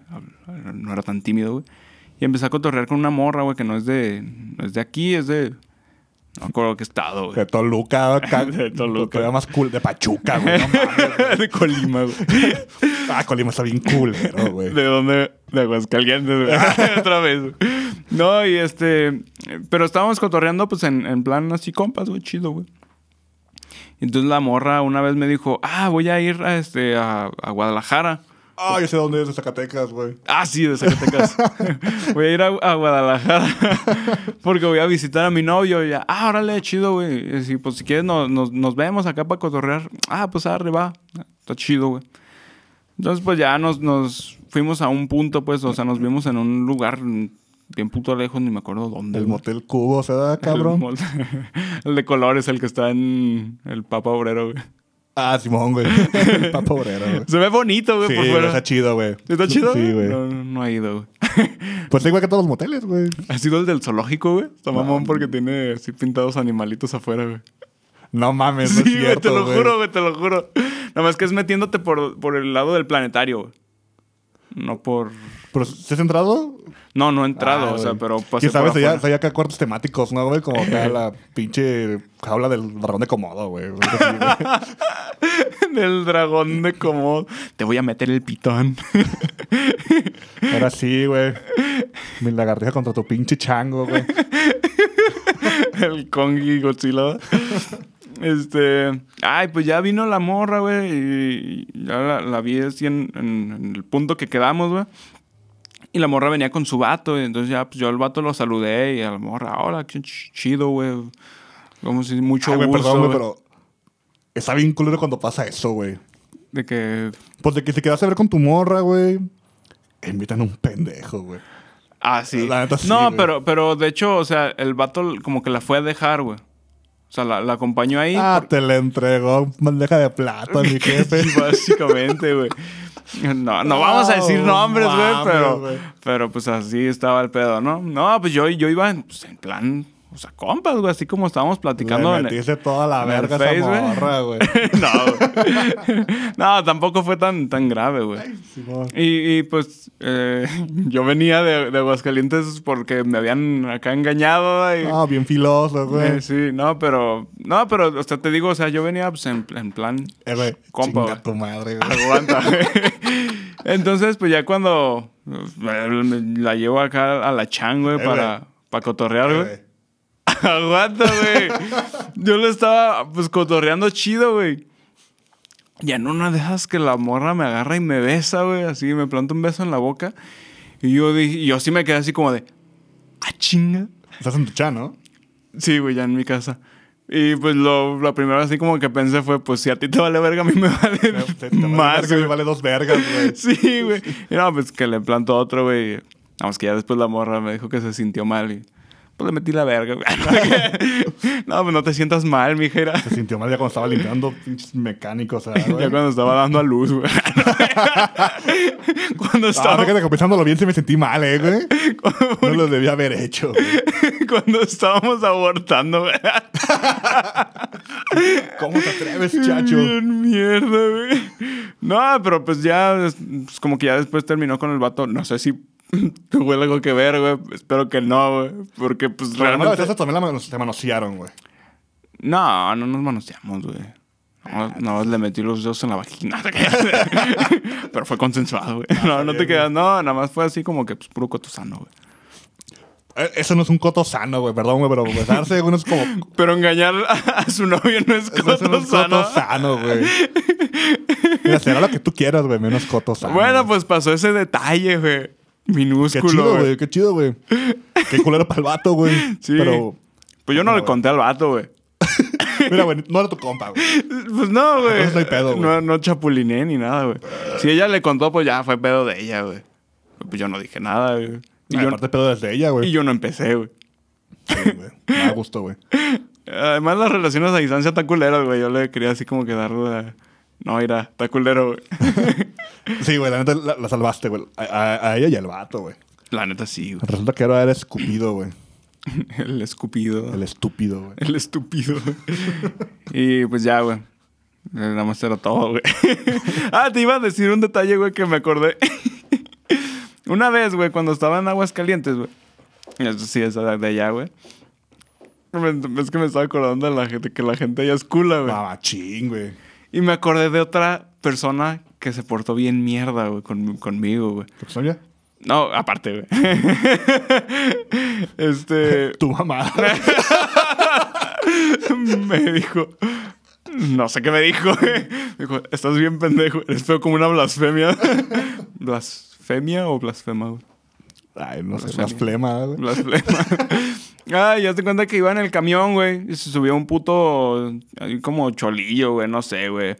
Habl- No era tan tímido, güey. Y empecé a cotorrear con una morra, güey, que no es de. No es de aquí, es de. No me acuerdo qué estado, güey.
De Toluca, acá.
De Toluca.
Todavía más cool. De Pachuca, güey. No mames.
de Colima, güey.
Ah, Colima está bien culero, güey.
¿De dónde? De Aguascalientes, güey. Otra vez. güey. No, y este. Pero estábamos cotorreando, pues en, en plan así, compas, güey, chido, güey. Y Entonces la morra una vez me dijo, ah, voy a ir a, este, a, a Guadalajara.
Ah, yo sé dónde es de Zacatecas, güey.
Ah, sí, de Zacatecas. voy a ir a, a Guadalajara porque voy a visitar a mi novio. Y ya, ah, órale, chido, güey. Y así, pues si quieres, nos, nos, nos vemos acá para cotorrear. Ah, pues arre, va. Está chido, güey. Entonces, pues ya nos, nos fuimos a un punto, pues, o sea, nos vimos en un lugar bien puto lejos, ni me acuerdo dónde.
Del
güey.
motel Cubo, se da,
El,
cabrón.
mol- el de colores, el que está en el Papa Obrero, güey.
Ah, Simón, güey. El Papa Obrero, güey.
Se ve bonito, güey,
Sí,
por
güey,
fuera.
está chido, güey.
¿Está chido?
Sí, güey.
No, no, no ha ido, güey.
Pues está igual que todos los moteles, güey.
¿Ha sido el del zoológico, güey? Está mamón porque tiene así pintados animalitos afuera, güey.
No mames, no
Sí,
es
güey,
cierto,
te lo juro, güey, te lo juro. Nada más que es metiéndote por, por el lado del planetario, güey. No por...
¿Pero si has entrado?
No, no he entrado,
Ah,
o sea,
güey.
pero pasé
¿Quién sabe
por
si ya,
afuera.
si hay acá cuartos temáticos, ¿no, güey? Como acá la pinche jaula del dragón de Komodo, güey. Algo así, güey.
Del dragón de Komodo. Te voy a meter el pitón.
Ahora sí, güey. Mi lagartija contra tu pinche chango, güey.
el Kong y Godzilla. Este, ay, pues ya vino la morra, güey, y ya la, la vi así en, en- en el punto que quedamos, güey. Y la morra venía con su vato, y entonces ya, pues yo al vato lo saludé y a la morra, hola, qué ch- chido, güey. Como si mucho
Ay, Ah, güey,
gusto.
perdón, güey,
güey.
pero. Está bien culero cuando pasa eso, güey.
De que.
Pues de que te quedas a ver con tu morra, güey. Invitan a un pendejo, güey.
Ah, sí.
La neta sí,
no,
güey.
pero, pero de hecho, o sea, el vato como que la fue a dejar, güey. O sea, la, la acompañó ahí.
Ah, te le entregó bandeja de plata, mi jefe.
Sí, Básicamente, güey. No, no
No,
vamos a decir nombres, güey,
mames,
pero,
güey.
pero pues así estaba el pedo, ¿no? No, pues yo, yo iba en, pues, en plan, o sea, compas, güey, así como estábamos platicando
Le
en el-
metiste toda la
en el
verga
Face,
esa
güey.
morra, güey.
no, güey. no, tampoco fue tan, tan grave, güey.
Simón.
Y, y, pues eh, yo venía de, de Aguascalientes porque me habían acá engañado güey.
Ah, bien filoso, güey.
Eh, sí, no, pero, no, pero, o sea, te digo, o sea, yo venía pues, en, en plan,
Eh, güey,
compa,
chinga
güey.
tu madre, güey.
Aguanta. Entonces, pues ya cuando eh, la llevo acá a la chan, güey,
Eh,
para, para cotorrear,
Eh,
güey. Aguanta, güey. Yo le estaba, pues, cotorreando chido, güey. Y en una de esas que la morra me agarra y me besa, güey, así, me planta un beso en la boca. Y yo dije, y yo sí me quedé así como de, ah, chinga.
Estás en tu chan, ¿no?
Sí, güey, ya en mi casa. Y pues lo, la primera así como que pensé fue, pues si a ti te vale verga, a mí me vale
Te- te vale
más,
verga,
güey.
me vale dos vergas, güey.
Sí, güey. Y no, pues que le plantó otro, güey. Nada más que ya después la morra me dijo que se sintió mal y pues le metí la verga, güey. no, pues no te sientas mal, mijera.
Se sintió mal ya cuando estaba limpiando pinches mecánicos, o sea, Ah, güey.
Ya cuando estaba dando a luz, güey. cuando
Ah,
estaba...
fíjate que pensándolo bien se me sentí mal, eh, güey. No lo debía haber hecho. güey.
cuando estábamos abortando, güey.
¿Cómo te atreves, chacho?
Bien mierda, güey. No, pero pues ya, es- pues, como que ya después terminó con el vato. No sé si tuvo algo que ver, güey. Espero que no, güey. Porque pues
Realmente
realmente...
esas también la mano- se manosearon, güey.
No, no nos manoseamos, güey. No,
Ah,
no, le metí los dedos en la vagina. Pero fue consensuado, güey. No, no te
bien,
quedas. No, nada más fue así como que pues, puro cotosano, güey.
Eh, Eso no es un coto sano, güey. Perdón, güey, pero besarse uno es como...
Pero engañar a, a su novio no es
Eso no es
cotosano.
coto sano, güey. Mira, será lo que tú quieras, güey. Menos coto sano.
Bueno,
güey.
pues pasó ese detalle, güey.
Qué
Minúsculo,
chido,
güey.
güey. Qué chido, güey. Qué culero para el vato, güey.
Sí.
Pero,
Pues yo no
No,
le
güey.
conté al vato, güey.
mira, güey, no era tu compa, güey.
Pues no, güey.
Entonces no hay pedo, güey.
No, no chapuliné ni nada, güey. Si ella le contó, pues ya fue pedo de ella, güey. Pues yo no dije nada, güey. Y,
Ay,
yo,
Ah, Aparte, pedo desde ella,
y
güey.
yo no empecé, güey.
Sí, güey. Me da gusto, güey.
Además, las relaciones a distancia están culeras, güey. Yo le quería así como que darle. la- No, mira, está culero, güey.
Sí, güey, la neta la, la salvaste, güey. A, a- a ella y al vato, güey.
La neta sí, güey.
Resulta que ahora era escupido, güey.
El escupido.
El
El,
estúpido, güey.
estúpido. y pues ya, güey. Nada más era todo, güey. ah, te iba a decir un detalle, güey, que me acordé. Una vez, güey, cuando estaba en Aguascalientes, güey. Eso sí, es de allá, güey. Me- Es que me estaba acordando de la gente, que la gente allá es cula,
Ah,
güey.
Mamachín, güey.
Y me acordé de otra persona que se portó bien mierda, güey, con- conmigo, güey.
¿Tu exnovia?
No, aparte, güey. este.
Tu mamá.
me dijo. No sé qué me dijo, güey. Me dijo, estás bien pendejo. Eres feo como una blasfemia. ¿Blasfemia o blasfema, güey?
Ay, no sé, las flemas, güey.
Blasfema. Ah, ya te cuenta que iba en el camión, güey. Y se subió un puto. ahí Como cholillo, güey. No sé, güey.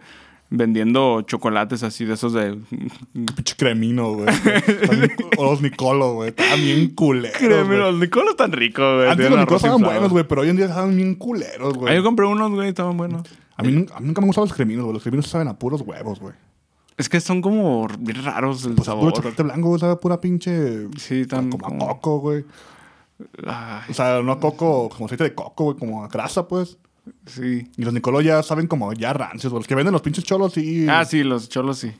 Vendiendo chocolates así de esos de
Pinche cremino, güey. También- O los Nicolo, güey. Estaban bien culeros.
Créeme,
güey.
los Nicolos tan ricos, güey.
Antes
Tienen
los
arroz
Nicolos estaban
inflado.
buenos, güey, pero hoy en día estaban bien culeros,
Ah, yo
güey.
compré unos, güey, estaban buenos.
A mí, nun- a mí nunca me gustaban los creminos, güey. Los creminos saben a puros huevos, güey.
Es que son como bien raros el
Pues a puro
sabor.
chocolate blanco, güey. Sabe a pura pinche.
Sí, tan
Como a
como-
coco, güey.
Ay,
O sea, no a coco, como aceite de coco, güey. Como a grasa, pues.
sí.
Y los Nicolos ya saben como ya rancios, güey. Los que venden los pinches cholos, sí.
Ah, sí, los cholos sí.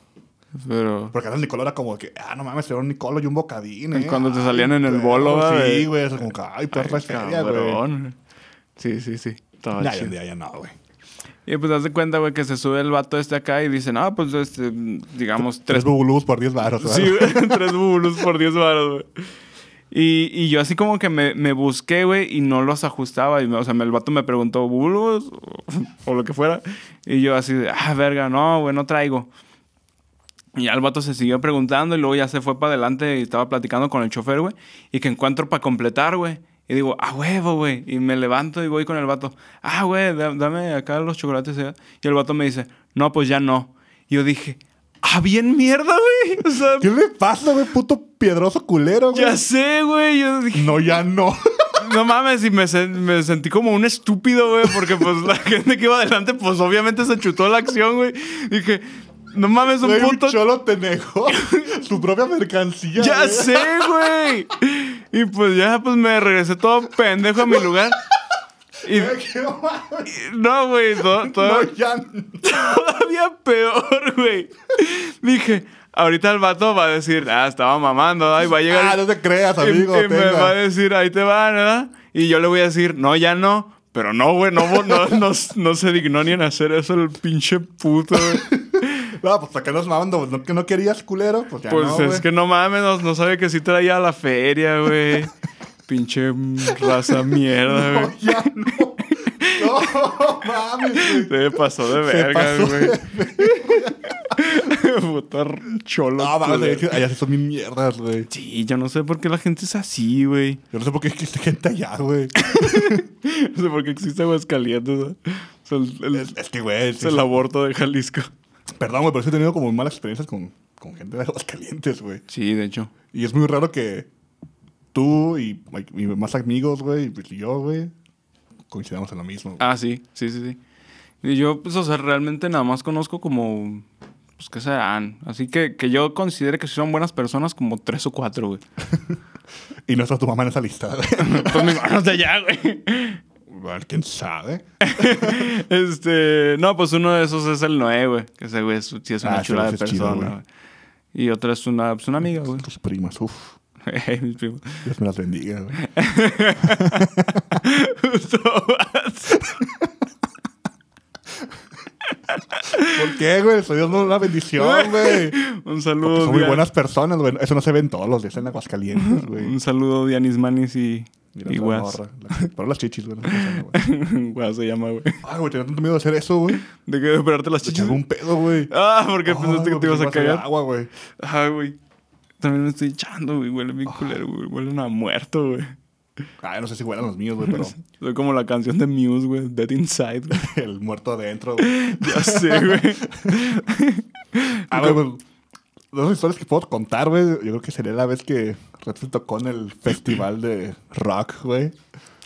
Pero.
Porque antes el Nicoló era como que, ah, no mames, era un Nicoló y un bocadín.
Y
eh.
cuando te
Ay,
salían en el
perro,
bolo, ¿verdad?
Sí, güey, es como que, ay, perra, es feria, güey.
cabrón. Sí, sí, sí. Estaba
Ya, ya,
chido.
ya, ya no, güey.
Y pues haz de cuenta, güey, que se sube el vato este acá y dicen, ah, pues este, digamos,
Tres
tres
bubulús por 10 baros,
Sí, güey, tres bubulus por 10 baros, güey. Y, y yo así como que me, me busqué, güey, y no los ajustaba. Y, me- o sea, me- el vato me preguntó, ¿bubulus? O, o lo que fuera. Y yo así, de, ah, verga, no, güey, no traigo. Y ya el vato se siguió preguntando y luego ya se fue para adelante y estaba platicando con el chofer, güey. Y que encuentro para completar, güey. Y Y digo, ah, huevo, güey. Y me levanto y voy con el vato. Ah, güey, da- dame acá los chocolates. eh. Y el vato me dice, no, pues ya no. Y yo dije, ah, bien mierda, güey. O sea,
¿Qué le pasa, güey? Puto piedroso culero, güey.
ya sé, güey. Yo dije,
No, ya no.
no mames. Y me, sen- me sentí como un estúpido, güey. Porque pues la gente que iba adelante, pues obviamente se chutó la acción, güey. Dije, no mames, un
Güey,
puto
un cholo te negó su propia mercancía.
Ya
güey.
sé, güey. Y pues ya, pues me regresé todo pendejo a mi lugar. Y,
Güey, qué mal.
no, güey, to-
No,
to-
ya no.
todavía peor, güey. Dije, ahorita el vato va a decir, ah, estaba mamando, ay, va a llegar.
Ah,
y-
no te creas,
y-
amigo.
y me
tenga.
va a decir, ahí te va, ¿verdad? Y yo le voy a decir, no, ya no. Pero no, güey, no, no, no, no se dignó ni en hacer eso el pinche puto, güey.
No, pues acá nos mamando. No, que no querías culero, pues ya
Pues
no.
es
güey.
que no mames, no, no sabe que sí traía a la feria, güey. Pinche mm, raza mierda,
No,
güey.
ya no. No, mames, güey.
Se pasó de
Se
verga,
pasó de
güey. Puta cholo.
No, mames,
culero.
es que allá sí son mis mierdas, güey.
Sí, yo no sé por qué la gente es así, güey.
Yo no sé por qué existe gente allá, güey.
No sé por qué existe Aguascalientes. ¿no? O sea, el, el-
Es, es que, güey.
es
sí,
el aborto de Jalisco.
Perdón, güey, pero sí he tenido como malas experiencias con, con gente de Aguascalientes, güey.
Sí, de hecho.
Y es muy raro que tú y, y más amigos, güey, y pues yo, güey, coincidamos en lo mismo. güey.
Ah, sí, sí, sí, sí. Y yo, pues, o sea, realmente nada más conozco como, pues, ¿qué serán? Así que, que yo considere que si son buenas personas como tres o cuatro, güey.
Y no está tu mamá en esa lista, güey.
Pues mis manos de allá, güey.
Bueno, quién sabe.
Este, no, pues uno de esos es el Noé, güey. Que ese güey es, sí es una
Ah, ese
chula de
güey sí es chido,
persona,
güey.
güey. Y otra es una, pues, una amiga, güey.
Tus primas, uff.
Mis primos.
Dios me las bendiga, güey.
Todas.
¿Por qué, güey? Soy Dios no una bendición, güey.
Un
Porque
saludo.
son muy
Dian-
buenas personas, güey. Eso no se ven todos los días en Aguascalientes, güey.
Un saludo, Dianis Manis y,
Mira
y
esa
Guas.
morra. La- Pero las chichis, güey. no se pasan, güey.
Guas se llama, güey.
Ay, güey, tenía tanto miedo de hacer eso, güey.
De que de operarte las
Te
chichas.
echaba un pedo, güey.
Ah, porque
Ay,
pensaste que
güey,
te ibas
porque
a
me hacer
cagar.
agua, güey.
Ay, güey. También me estoy echando, güey. Huele
Ah.
bien culero, güey. Huelen a muerto, güey.
Ay, no sé si fueran los míos, güey, pero
Soy como la canción de Muse, güey. Dead Inside, güey.
el muerto adentro, güey.
Ya sé, güey.
Ah, güey, pues, dos historias que puedo contar, güey. Yo creo que sería la vez que Redfield tocó en el festival de rock, güey.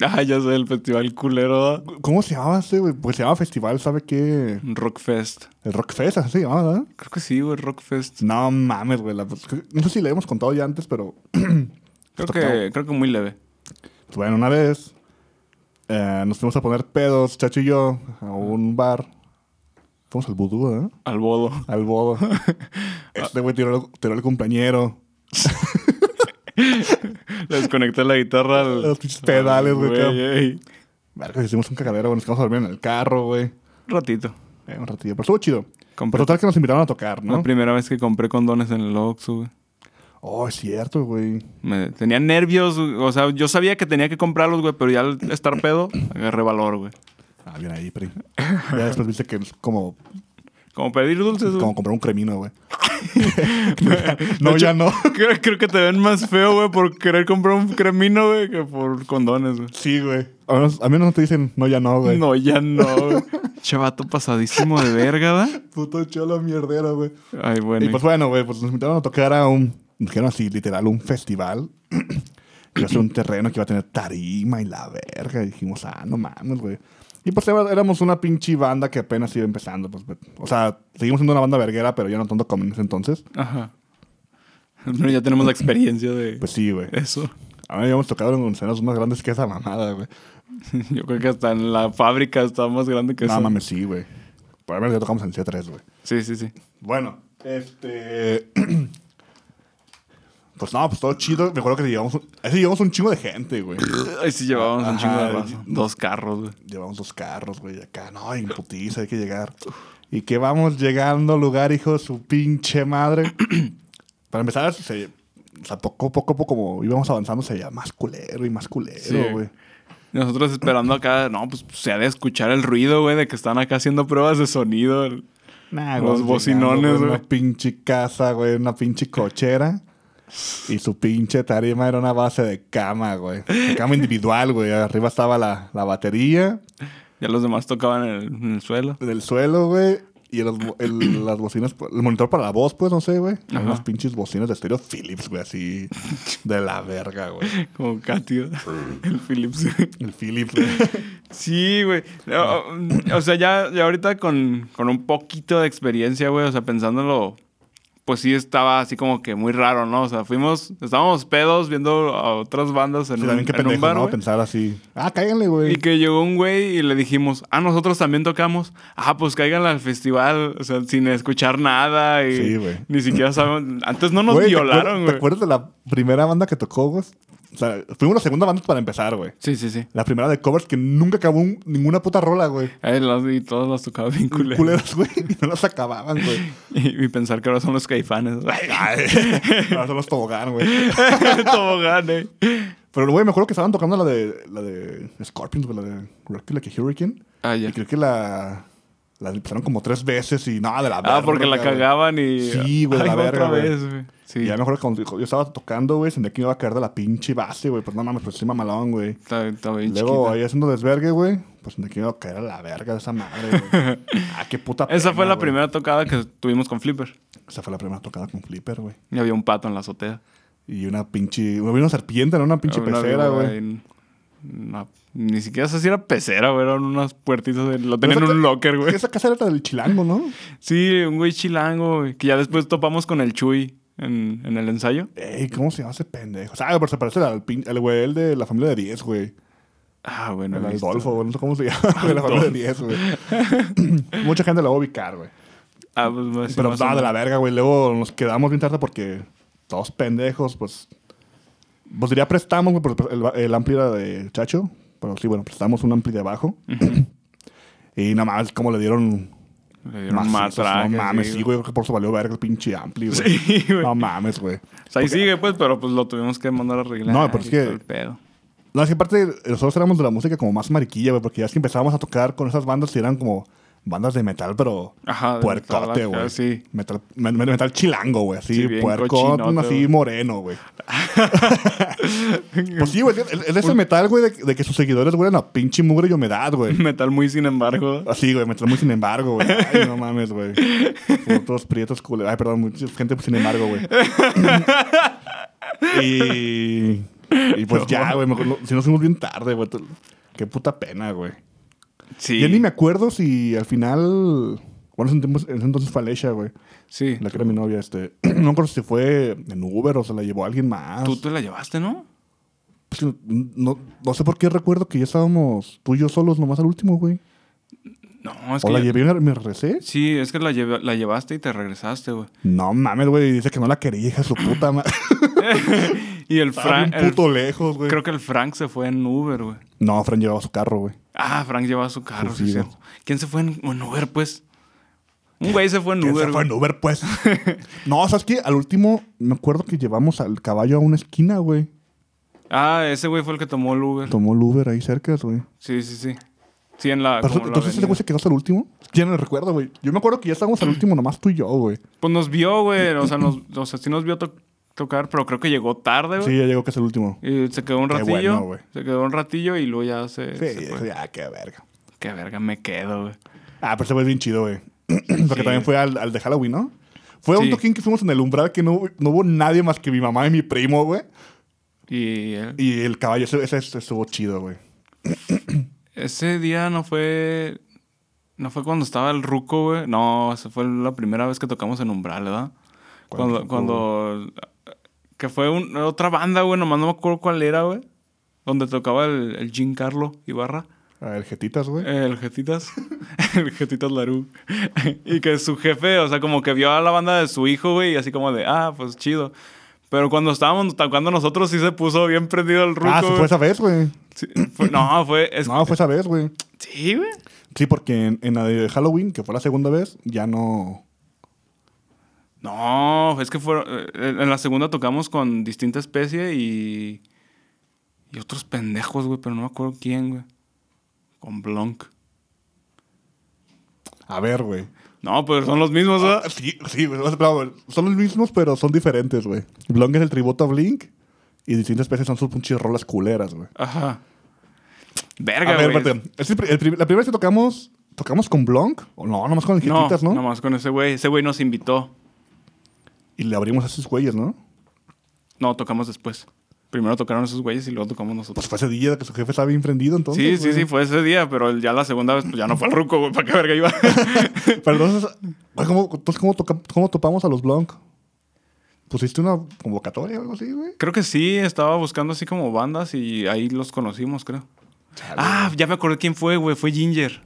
Ah, ya sé, el festival culero. ¿verdad?
¿Cómo se llamaba ese, güey? Pues se llamaba festival, ¿sabe qué?
Rockfest.
El Rockfest, así se llamaba, ¿verdad?
Creo que sí, güey, Rockfest.
No mames, güey. la- pues, No sé si le hemos contado ya antes, pero
Creo que, creo que muy leve.
Pues, Bueno, una vez eh, nos fuimos a poner pedos, Chacho y yo, a un bar. Fuimos al vudú, ¿eh?
Al bodo.
Al bodo. Este güey tiró, tiró el compañero.
Le desconecté la guitarra al.
Los pinches pedales, güey,
güey. ey.
Verga, hicimos un cagadero, güey. Nos quedamos a dormir en el carro, güey.
Ratito.
Eh, un ratillo. Pero estuvo chido.
Compré
Pero total que nos invitaron a tocar,
La
¿no?
primera vez que compré condones en el Oxxo, güey.
Oh, es cierto, güey.
Me tenía nervios, güey. o sea, yo sabía que tenía que comprarlos, güey, pero ya al estar pedo, agarré valor, güey.
Ah, bien ahí, Pri. Ya después viste que es como,
Como pedir dulces, güey.
como comprar un cremino, güey. no, ya no.
Creo, creo que te ven más feo, güey, por querer comprar un cremino, güey, que por condones, güey.
Sí, güey. A menos, a menos no te dicen, no, ya no, güey.
No, ya no, güey. Chavato pasadísimo de verga, ¿verdad?
Puto cholo mierdero, güey.
Ay, bueno.
Y pues bueno, güey, pues nos invitaron a tocar a un, nos dijeron así, literal, un festival. iba a ser un terreno que iba a tener tarima y la verga. Y dijimos, ah, no mames, güey. Y pues era- éramos una pinche banda que apenas iba empezando. Pues, güey. o sea, seguimos siendo una banda verguera, pero ya no tanto como en ese entonces.
Ajá. Bueno, ya tenemos la experiencia de
Pues sí, güey.
eso.
Ahora habíamos tocado en escenas más grandes que esa mamada, güey.
Yo creo que hasta en la fábrica está más grande que
No
eso.
mames, sí, güey. Por lo menos ya tocamos en C3, güey.
Sí, sí, sí.
Bueno, este. Pues no, pues todo chido. Me acuerdo que llevamos un, ese llevamos un chingo de gente, güey.
Ahí sí llevábamos un chingo de
Ajá.
raza. Dos carros, güey.
Llevamos dos carros, güey, acá. No, en putiza, hay que llegar. Y que vamos llegando al lugar, hijo de su pinche madre. Para empezar, se, o sea, poco, poco, poco, como íbamos avanzando, se veía más culero y más
Sí.
culero, güey.
Nosotros esperando acá, no, pues se ha de escuchar el ruido, güey, de que están acá haciendo pruebas de sonido. el-
Nah,
Los
vamos
bocinones,
llegando,
güey.
Una pinche casa, güey, una pinche cochera. Y su pinche tarima era una base de cama, güey. De cama individual, güey. Arriba estaba la, la batería,
Ya los demás tocaban en el, en el suelo.
en el suelo, güey. Y los bo- el- las bocinas, el monitor para la voz, pues, no sé, güey. Había
Ajá.
Unas pinches bocinas de estéreo Philips, güey, así de la verga, güey.
Como Catio. el Philips.
El Philips, güey.
Sí, güey. O- O, sea, ya, ya ahorita con, con un poquito de experiencia, güey. O sea, pensándolo, pues sí estaba así como que muy raro, ¿no? O sea, fuimos, estábamos pedos viendo a otras bandas en,
Sí,
un,
también qué
en un
pendejo,
bar,
¿no?
güey.
Pensar así. Ah, cáiganle, güey.
Y que llegó un güey y le dijimos, ah, nosotros también tocamos. Ah, pues cáiganle al festival, o sea, sin escuchar nada. Y
Sí, güey.
Ni siquiera sabemos. Antes no nos
Güey, ¿te acuer-
violaron,
¿Te
güey.
acuerdas de la primera banda que tocó, güey? O sea, fuimos la segunda banda para empezar, güey.
Sí, sí, sí.
La primera de covers que nunca acabó un- ninguna puta rola, güey.
Ahí las- y todas las tocaba bien culeras.
Culeras, güey. Y no las acababan, güey.
Y, y pensar que ahora son los caifanes.
Ay, ahora son los tobogán, güey.
Tobogán, eh.
Pero, güey, me acuerdo que estaban tocando la de, la de Scorpions, güey, la de Rocky Like a Hurricane.
Ah, ya.
Y creo que la, la empezaron como tres veces y nada, de la
Ah, porque la
verga, güey.
cagaban y.
Sí, güey,
Ay,
la verga,
Otra
güey.
vez, güey. Sí.
Y ya me acuerdo que cuando dijo, yo estaba tocando, güey, sentía que me iba a caer de la pinche base, güey. Pues no mames, pues estoy mamalón, güey.
Está, está bien
Luego
chiquita.
ahí haciendo desvergue, güey. Pues sentía que me iba a caer a la verga de esa madre, güey. ah, qué puta
Esa
pena,
fue la
güey.
primera tocada que tuvimos con Flipper.
Esa fue la primera tocada con Flipper, güey.
Y había un pato en la azotea.
Y una pinche... Había una serpiente, ¿no? Una pinche
Había una
pecera,
víbora
güey.
en- una- Ni siquiera sé si era pecera, güey. Eran unas puertitas. de- Lo tenían en
Esa
un
ca-
locker, güey.
Esa casa era del chilango, ¿no?
Sí, un güey chilango, güey. Que ya después topamos con el Chuy en, en el ensayo.
Ey, ¿cómo se llama ese pendejo? O sea, pero se parece al pin- al güey el de la familia de 10, güey.
Ah, bueno.
El Adolfo, güey. No sé cómo se llama. De la familia de 10, güey. Mucha gente lo va a ubicar, güey.
Ah, pues, más-
Pero
más o
nada, de
menos.
la verga, güey. Luego nos quedamos bien tarde porque todos pendejos, pues. Pues diría prestamos, güey, porque el, el ampli era de Chacho. Pero sí, bueno, prestamos un ampli de abajo. y nada más, como le dieron.
Le dieron
macizos,
matraca,
No mames,
sí,
sí, güey. Creo que por eso valió verga el pinche ampli, güey.
Sí, güey.
No mames, güey.
O sea, ahí sigue, pues, pero pues lo tuvimos que mandar a arreglar.
No, pero es
y
que-
todo el pedo.
No, es que aparte, nosotros éramos de la música como más mariquilla, güey, porque ya es que empezábamos a tocar con esas bandas y eran como bandas de metal, pero
Ajá, de metal
puercote,
acá,
güey.
sí.
Metal, me- me- metal chilango, güey, así,
Sí, bien
puerco,
cochinote,
así
güey.
moreno, güey. pues sí, güey, es- es ese metal, güey, de, de que sus seguidores huelen a pinche mugre y humedad, güey.
Metal muy sin embargo.
Así, güey, metal muy sin embargo, güey. Ay, no mames, güey. Somos todos prietos culeros. Ay, perdón, mucha gente pues, sin embargo, güey. y... Y pues ya, güey, me acuerdo- si nos fuimos bien tarde, güey. tú- Qué puta pena, güey.
Sí.
Ya ni me acuerdo si al final... Bueno, en ese tiempo- en ese entonces fue Alexa, güey.
Sí.
La que era mi novia, este... No me acuerdo si fue en Uber o se la llevó alguien más.
Tú te la llevaste, ¿no?
Pues, no, no sé por qué recuerdo que ya estábamos tú y yo solos nomás al último, güey.
No, es
O
que.
la
ya-
llevé y me- me regresé.
Sí, es que la, lleva- la llevaste y te regresaste, güey.
No mames, güey. Dice que no la quería, hija de su puta madre.
y el
Estaba
Frank.
bien puto lejos, güey.
Creo que el Frank se fue en Uber, güey.
No, Fran llevaba su carro, güey.
Ah, Frank llevaba su carro, sí, es
Suicidio.
cierto. ¿Quién se fue en, en Uber, pues? Un güey se fue en
¿Quién
Uber.
se fue en
güey.
Uber, pues? no, ¿sabes qué? Al último, me acuerdo que llevamos al caballo a una esquina, güey.
Ah, ese güey fue el que tomó el Uber.
Tomó el Uber ahí cerca, güey.
Sí, sí, sí. Sí, en la.
Pero
como Ah, la
entonces ese
avenida.
güey se quedó hasta el último. Ya no lo recuerdo, güey. Yo me acuerdo que ya estábamos al último, nomás tú y yo, güey.
Pues nos vio, güey. O sea, nos, o sea, sí nos vio to- tocar, pero creo que llegó tarde, güey.
Sí, ya llegó que es el último.
Y se quedó un
Qué
ratillo.
bueno, güey.
se quedó un ratillo y luego ya se.
Sí,
se fue.
ya, qué verga.
Qué verga, me quedo, güey.
Ah, pero ese güey es bien chido, güey. Porque también fue al, al de Halloween, ¿no? Fue
Sí.
un toquín que fuimos en el umbral que no, no hubo nadie más que mi mamá y mi primo, güey.
Y eh,
Y el caballo, ese, ese- ese estuvo chido, güey.
ese día no fue. No fue cuando estaba el ruco, güey. No, esa fue la primera vez que tocamos en Umbral, ¿verdad?
¿Cuándo
Cuando. cuando que fue un- otra banda, güey. Nomás no me acuerdo cuál era, güey. Donde tocaba el, el Jim Carlo Ibarra.
A ver, jetitas, güey.
Eh, El Jetitas. el Jetitas Larú. y que su jefe, o sea, como que vio a la banda de su hijo, güey, y así como de, ah, pues chido. Pero cuando estábamos tocando nosotros, sí se puso bien prendido el ruco.
ah, sí,
güey.
fue esa vez, güey.
Sí, fue- no, fue. es-
No, fue esa vez, güey.
Sí, güey.
Sí, porque en, en la de Halloween, que fue la segunda vez, ya no.
No, es que fue. eh, En la segunda tocamos con distinta especie y. Y otros pendejos, güey, pero no me acuerdo quién, güey. Con Blanc.
A ver, güey.
No, pues son los mismos, ¿verdad?
Ah, sí, sí, güey, los Blowers Son los mismos, pero son diferentes, güey. Blong es el tributo a Blink y distintas especies son sus pinches rolas culeras, güey.
Ajá.
A
Verga,
ver,
güey.
espérate. Es el pri- el pri- la primera vez que tocamos, ¿tocamos con Blonk? O no, nomás con
No,
Jetitas, ¿no?
nomás con ese güey. Ese güey nos invitó.
Y le abrimos a sus güeyes, ¿no?
No, tocamos después. Primero tocaron esos güeyes y luego tocamos
Pues
nosotros.
fue ese día que su jefe estaba bien prendido, entonces.
Sí, sí,
güey.
sí, fue ese día, pero el- ya la segunda vez pues ya no fue el ruco, güey, para qué verga iba.
Pero entonces, güey, ¿cómo, entonces ¿cómo, toca- cómo topamos a los Blonk? ¿Pusiste una convocatoria o algo así, güey?
creo que sí, estaba buscando así como bandas y ahí los conocimos, creo. Ah, ya me acordé quién fue, güey, fue Ginger.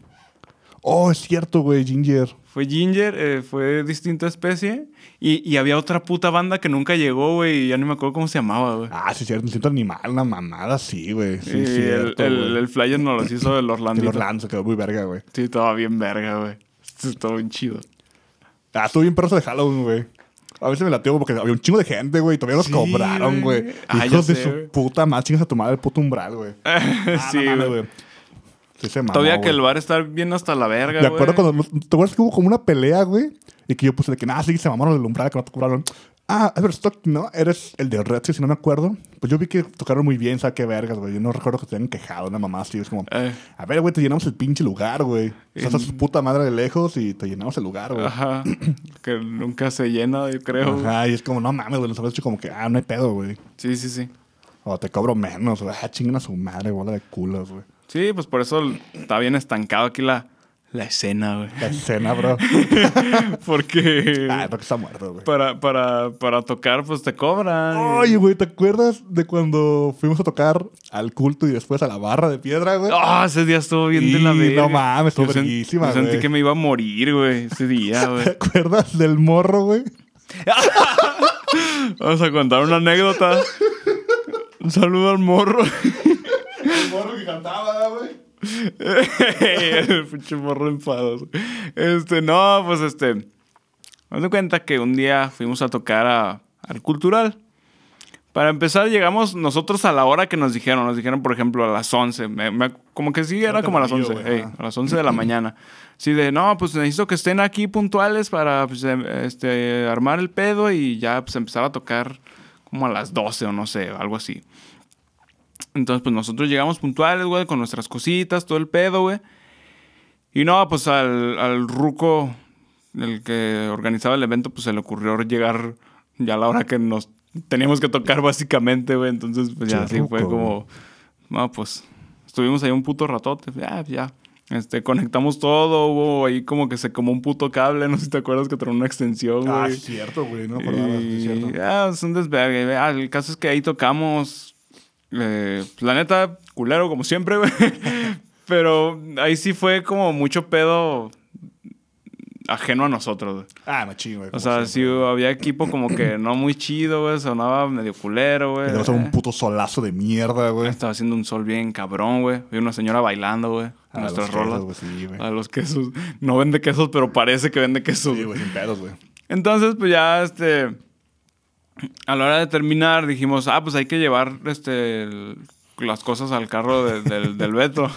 Oh, es cierto, güey, Ginger.
Fue Ginger, eh, fue distinta especie y, y había otra puta banda que nunca llegó, güey, y ya no me acuerdo cómo se llamaba, güey.
Ah, sí, es cierto, me siento animal, una mamada, sí, güey. Sí,
y
es
el,
cierto,
el-
güey.
el flyer nos los hizo del
De
Orlando.
los Lance quedó muy verga, güey.
Sí, estaba bien verga, güey. Estaba bien chido.
Ah, estuvo bien perro de Halloween, güey. A veces me lateo porque había un chingo de gente, güey. y Todavía nos
Sí,
cobraron,
güey.
güey.
Ah,
Hijos
ya
de
sé, güey.
su puta madre, chingas a tu madre el puto umbral, güey. Ah, no
sí,
mames,
güey.
Sí se mamó,
Todavía que
güey.
el bar está bien hasta la verga,
De
güey.
acuerdo cuando... ¿Te acuerdas que hubo como una pelea, güey? Y que yo puse de que, nada, sí, se mamaron del umbral, que no te cobraron. Ah, Albert Stockton, ¿no? Eres el de Red, Seal, si no me acuerdo. Pues yo vi que tocaron muy bien, ¿sabes qué vergas, güey? Yo no recuerdo que se hayan quejado, una mamá así. Es como,
Eh.
a ver, güey, te llenamos el pinche lugar, güey. Estás a su puta madre de lejos y te llenamos el lugar, güey.
Ajá. que nunca se llena, yo creo. Ah, güey.
Ajá, y es como, no mames, güey, nos habrás hecho como que, ah, no hay pedo, güey.
Sí, sí, sí.
O te cobro menos, güey. Ah, chingan a su madre, bola de culos, güey.
Sí, pues por eso está bien estancado aquí la, la escena, güey.
La escena, bro.
Porque
ah, creo que está muerto, güey.
para, para, para tocar, pues te cobran.
Oye, güey, ¿te acuerdas de cuando fuimos a tocar al culto y después a la barra de piedra, güey?
Ah, ese día estuvo bien de la
Y
verga.
no mames, estuvo
Yo sen-
verguísima,
yo sentí
güey.
que me iba a morir, güey, ese día,
¿Te
güey.
acuerdas del morro, güey?
Vamos a contar una anécdota. Un saludo al morro.
El morro que cantaba, güey.
el pinche morro enfadoso. Este, no, pues este. Nos di cuenta que un día fuimos a tocar a- al cultural. Para empezar, llegamos nosotros a la hora que nos dijeron. Nos dijeron, por ejemplo, a las 11. Me- me- como que sí, era como a las
tempranillo,
11.
güey,
ey,
ajá.
a las 11 de la mañana. Sí, de no, pues necesito que estén aquí puntuales para pues, em- este, armar el pedo y ya pues, empezar a tocar como a las 12 o no sé, algo así. Entonces, pues nosotros llegamos puntuales, güey, con nuestras cositas, todo el pedo, güey. Y no, pues al, al ruco, el que organizaba el evento, pues se le ocurrió llegar ya a la hora que nos teníamos que tocar básicamente, güey. Entonces, pues ya
Che,
así fue
ruco,
como, no, pues estuvimos ahí un puto ratote, ya, ya. Este, conectamos todo, hubo ahí como que se como un puto cable, no sé si te acuerdas que traía una extensión, güey.
Ah, sí, es cierto, güey. No me acordaba, sí, es
Y-
cierto.
ah, es un desvergue. Ah, el caso es que ahí tocamos. eh, la neta, culero, como siempre, güey. Pero ahí sí fue como mucho pedo ajeno a nosotros, güey.
Ah, machín, güey.
O sea, sí había equipo como que no muy chido, güey. Sonaba medio culero, güey. eh.
Tenemos un puto solazo de mierda, güey.
Estaba haciendo un sol bien cabrón, güey. Había una señora bailando, güey.
A
con Nuestras
Ah, los quesos,
rolas. Ah,
güey, sí, güey.
a los quesos. No vende quesos, pero parece que vende quesos.
Sí,
güey.
güey, sin pedos, güey.
Entonces, pues ya, este, a la hora de terminar, dijimos, ah, pues hay que llevar, este, el- las cosas al carro de- del, del Beto.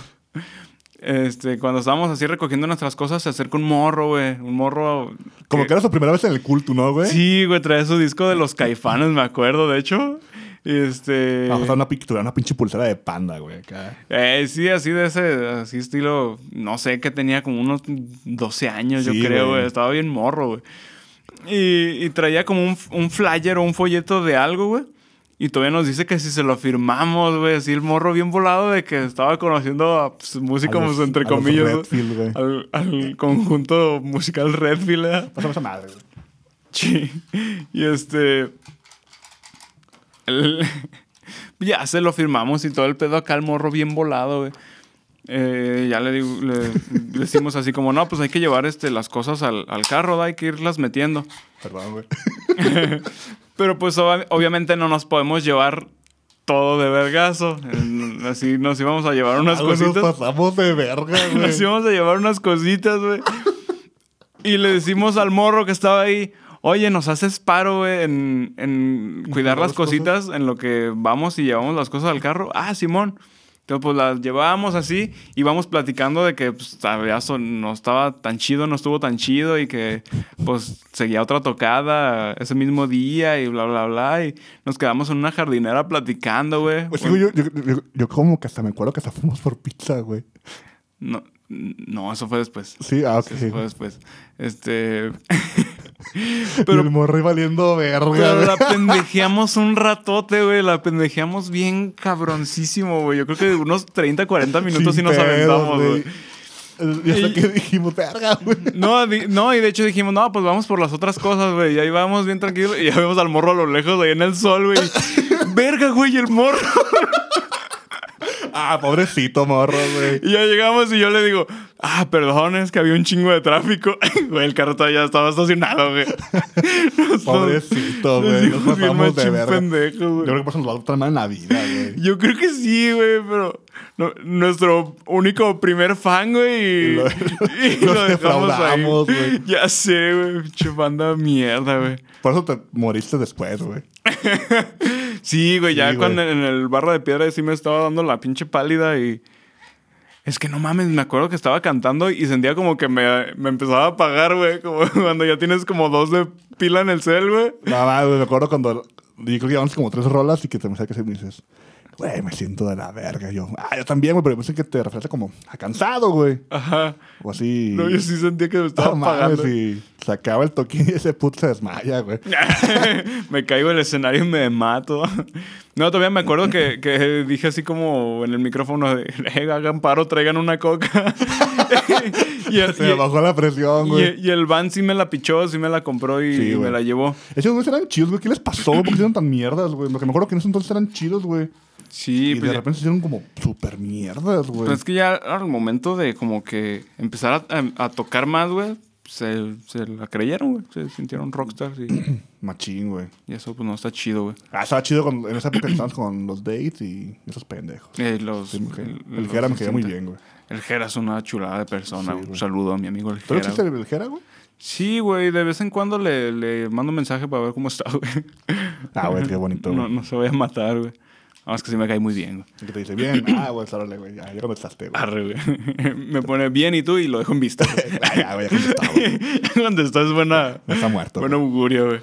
Este, cuando estábamos así recogiendo nuestras cosas, se acerca un morro, güey, un morro...
Como que era su primera vez en el culto, ¿no, güey?
Sí, güey, trae su disco de los caifanes, me acuerdo, de hecho. Este...
Vamos a usar una pintura, una pinche pulsera de panda, güey. acá.
eh, sí, así de ese así estilo, no sé, que tenía como unos 12 años,
Sí,
yo creo,
güey.
güey. Estaba bien morro, güey. Y, y traía como un, un flyer o un folleto de algo, güey. Y todavía nos dice que si se lo firmamos, güey, así el morro bien volado de que estaba conociendo a pues, músicos,
A los-
entre
a los
comillas, güey.
Redfield, güey.
al, al conjunto musical Redfield, ¿eh?
Pásame esa madre, güey.
Sí. Y este. el- ya se lo firmamos y todo el pedo acá, el morro bien volado, güey. Eh, ya le, digo, le- le decimos así como, no, pues hay que llevar este, las cosas al, al carro, da, hay que irlas metiendo.
Perdón, güey.
Pero pues ob- obviamente no nos podemos llevar todo de vergazo. En- Así nos íbamos a llevar unas
Ah, güey,
cositas.
Nos pasamos de verga, güey.
Nos íbamos a llevar unas cositas, güey. Y le decimos al morro que estaba ahí, oye, nos haces paro, güey, en, en cuidar
Cuidar
las
las cosas.
cositas en lo que vamos y llevamos las cosas al carro. Ah, Simón. Entonces, pues las llevábamos así y íbamos platicando de que pues, había son- no estaba tan chido, no estuvo tan chido y que pues seguía otra tocada ese mismo día y bla, bla, bla. Y nos quedamos en una jardinera platicando, güey.
Pues digo, yo, yo, yo, yo como que hasta me acuerdo que hasta fuimos por pizza, güey.
No, no, eso fue después.
Sí, ah, ok.
Eso fue después. Este.
pero, el morro iba valiendo verga.
Pero
güey.
la pendejeamos un ratote, güey. La pendejeamos bien cabroncísimo, güey. Yo creo que unos 30, 40 minutos sí
Sin
nos
pedos,
aventamos, güey.
Y hasta
Y-
que dijimos, verga, güey.
No, di- no, y de hecho dijimos, no, pues vamos por las otras cosas, güey. Y ahí vamos bien tranquilos. Y ya vemos al morro a lo lejos ahí en el sol, güey. Verga, güey, el morro.
Ah, pobrecito morro, güey.
Y ya llegamos y yo le digo, ah, perdón, es que había un chingo de tráfico. Güey, el carro todavía estaba estacionado, güey. Nos-
Pobrecito,
nos
güey. Nos
hicimos bien
pasamos de
machín
verga.
pendejos, güey.
Yo creo que por eso nos va a gustar más en la vida, güey.
Yo creo que sí, güey, pero no- nuestro único primer fan, güey, y,
Lo-
y
los
lo dejamos ahí.
defraudamos, güey.
Ya sé, güey, pinche banda mierda, güey.
Por eso te moriste después, güey.
Sí, güey, ya
Sí, güey.
cuando en el barra de piedra sí me estaba dando la pinche pálida y... Es que no mames, me acuerdo que estaba cantando y sentía como que me, me empezaba a apagar, güey, como cuando ya tienes como dos de pila en el cel, güey.
Nada más, güey, me acuerdo cuando. Yo creo que llevamos como tres rolas y que te me sacas y me dices, güey, me siento de la verga. Yo, ah, yo también, güey, pero yo pensé que te referiste como a cansado, güey.
Ajá.
O así.
No, yo sí sentía que me estaba
No mames,
apagando.
y se acaba el toquín y ese puto se desmaya, güey.
me caigo del escenario y me mato. No, todavía me acuerdo que, que dije así como en el micrófono, de, "Eh, hagan paro, traigan una coca. y, el,
Se me
y-
bajó la presión,
y-
güey.
y el van sí me la pichó, sí me la compró y,
Sí,
y me
güey.
la llevó.
Esos güeyes eran chidos, güey. ¿Qué les pasó? ¿Por qué hicieron tan mierdas, güey? Lo que me acuerdo que en ese entonces eran chidos, güey.
Sí,
Y,
pues,
de
ya-
repente se hicieron como super mierdas, güey.
pues es que ya al momento de como que empezar a, a- a tocar más, güey, se, se la creyeron, güey. Se sintieron rockstars y,
Machín, güey.
y eso pues no está chido, güey.
Ah, estaba chido cuando- en esa época que estábamos con los dates y esos pendejos.
Eh, los,
Sí, me cae-
el-
el
los
Jera me caía muy
60.
bien, güey.
El Jera es una chulada de persona.
Sí,
güey. un
güey.
saludo a mi amigo el
¿Tú
Jera.
no existe el Jera, güey?
Sí, güey, de vez en cuando le, le mando un mensaje para ver cómo está, güey.
Ah, güey, qué bonito, güey.
No, no se vaya a matar, güey. Nada más que sí me cae muy bien, güey.
Y Que te dice, bien, ah, güey, sálale, güey. Ya, ya contestaste, güey.
Arre, güey. Me pone bien y tú y lo dejo en vista. güey.
Ah, ya, güey, ya contestaba, güey.
Cuando estás buena.
Ya Está muerto.
Buen
güey.
augurio, güey.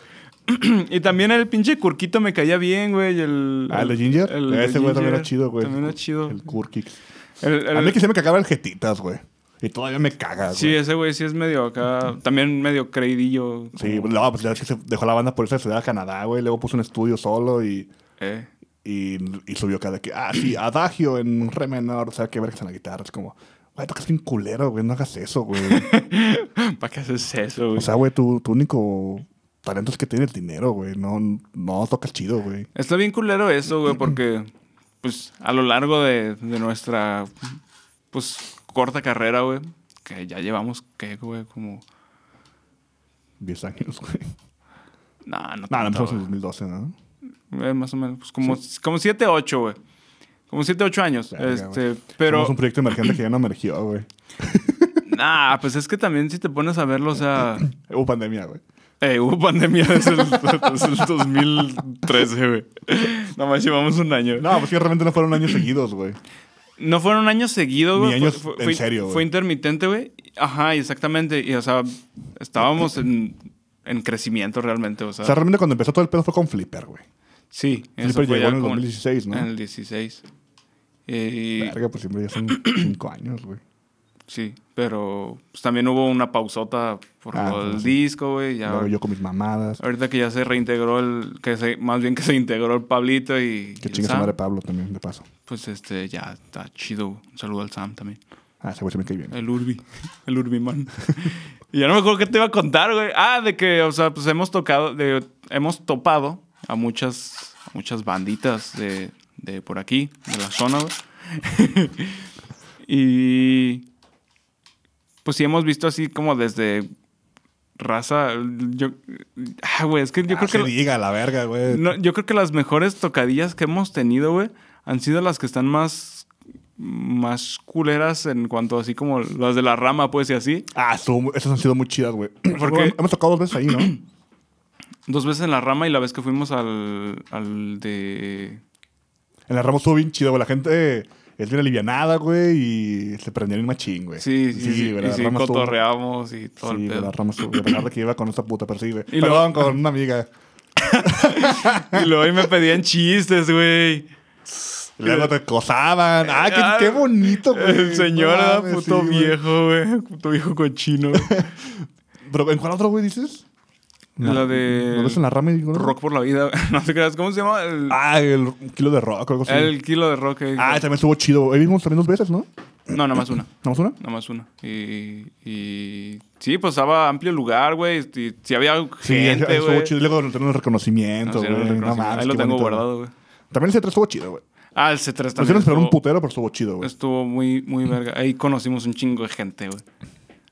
y también el pinche Curquito me caía bien, güey. y El,
Ah, ¿el de Ginger?
de
Ese güey también
Ginger
era chido, güey.
También era chido.
El Kurkix.
El- el-
A mí que se me cagaba el Jetitas, güey. Y todavía me cagas,
Sí,
güey.
ese güey sí es medio acá. También medio creidillo.
Sí, no, pues ya es que se dejó la banda por esa ciudad a Canadá, güey. Luego puso un estudio solo y...
Eh.
Y, y subió cada que, ah, sí, adagio en re menor, o sea, que vergas en la guitarra. Es como, güey, tocas bien culero, güey, no hagas eso, güey.
¿Para qué haces eso, güey?
o sea, güey, tu, tu único talento es que tienes dinero, güey. No, no tocas chido, güey.
Está bien culero eso, güey, porque pues a lo largo de, de nuestra pues corta carrera, güey, que ya llevamos, ¿qué, güey? Como...
10 años, güey.
Nah, no
Nada,
tanto,
empezamos en 2012, ¿no?
güey. Eh, Más o menos, pues como, como siete, ocho, güey. Como siete, ocho años.
Verga,
este,
Pero...
pero...
Es un proyecto emergente que ya no emergió, güey.
Nah, pues es que también si te pones a verlo, o sea...
Hubo pandemia, güey.
eh, hubo pandemia desde el, desde el 2013, güey. Nada más llevamos un año.
No, pues que realmente no fueron años seguidos, güey.
No fueron años seguidos,
Ni
güey.
años
Fue- fue-
en
fue-
serio, güey.
Fue intermitente, güey. Ajá, exactamente. Y, o sea, estábamos en, en crecimiento realmente, o sea.
O sea, realmente cuando empezó todo el pedo fue con Flipper, güey.
sí, eso
Flipper
fue
llegó
ya
en el
como
2016, ¿no?
En el 16. Y,
Verga, pues siempre ya son 5 años, güey.
sí, pero pues, también hubo una pausota por
Ah,
lo del
sí.
disco, güey. ya-
Luego yo con mis mamadas.
Ahorita que ya se reintegró el... Que se, más bien que se integró el Pablito y... y
Que
el
chinga su
Sam,
madre Pablo también, de paso.
Pues este, ya está chido. güey. Un saludo al Sam también.
Ah, ese güey se me cae bien.
El Urbi. El Urbi Man. y ya no me acuerdo qué te iba a contar, güey. Ah, de que, o sea, pues hemos tocado, de- hemos topado a muchas, a muchas banditas de, de por aquí, de la zona, güey. y. Pues sí, hemos visto así como desde raza. Yo, ah, güey, es que yo
Ah,
creo que.
se diga la verga, güey.
No, yo creo que las mejores tocadillas que hemos tenido, güey, han sido las que están más, más culeras en cuanto así como las de la rama, pues, y así.
Ah, estuvo mu- esas han sido muy chidas, güey.
¿Por
Bueno,
qué?
Hemos tocado dos veces ahí, ¿no?
Dos veces en la rama y la vez que fuimos al, al de...
En la Ramos estuvo bien chido, güey. La gente eh, es bien alivianada, güey, y se prendieron machín, güey.
Sí, sí, sí.
güey,
y
la
sí,
Rama estuvo-
cotorreamos y todo
Sí,
el
güey,
pedo.
la rama estuvo- la verdad que iba con esa puta, pero sí, güey.
Y
Perdón, con una amiga.
Y luego ahí me pedían chistes, güey.
Y Luego te acosaban. Ah, qué, qué bonito, güey.
El señor
No
era
mames,
puto
sí, güey.
viejo, güey. Puto viejo cochino.
Pero, ¿en cuál otro, güey, dices?
La de-
¿Lo ves en la rama? y digo, no?
rock por la vida. No te creas. ¿Cómo se llama? El,
Ah, el kilo de rock o algo así.
el kilo de rock. eh.
Ah, también estuvo chido. Ahí vimos también dos veces, ¿no?
No, nada más una.
¿Nada más una?
Nada más una. Y, y sí, pues estaba amplio lugar, güey. Y si había
ahí- ahí
gente,
estuvo
güey.
chido. Y Luego tenemos el
No,
reconocimiento,
sí,
güey.
no lo
No,
reconozco.
mames,
Ahí lo
qué
tengo
bonito. Pues
guardado, güey.
También ese 3 estuvo chido, güey.
Ah, el C3
Nos
también.
hicieron esperar un
estuvo-
putero, pero estuvo chido, güey.
Estuvo muy, muy verga. Ahí conocimos un chingo de gente, güey.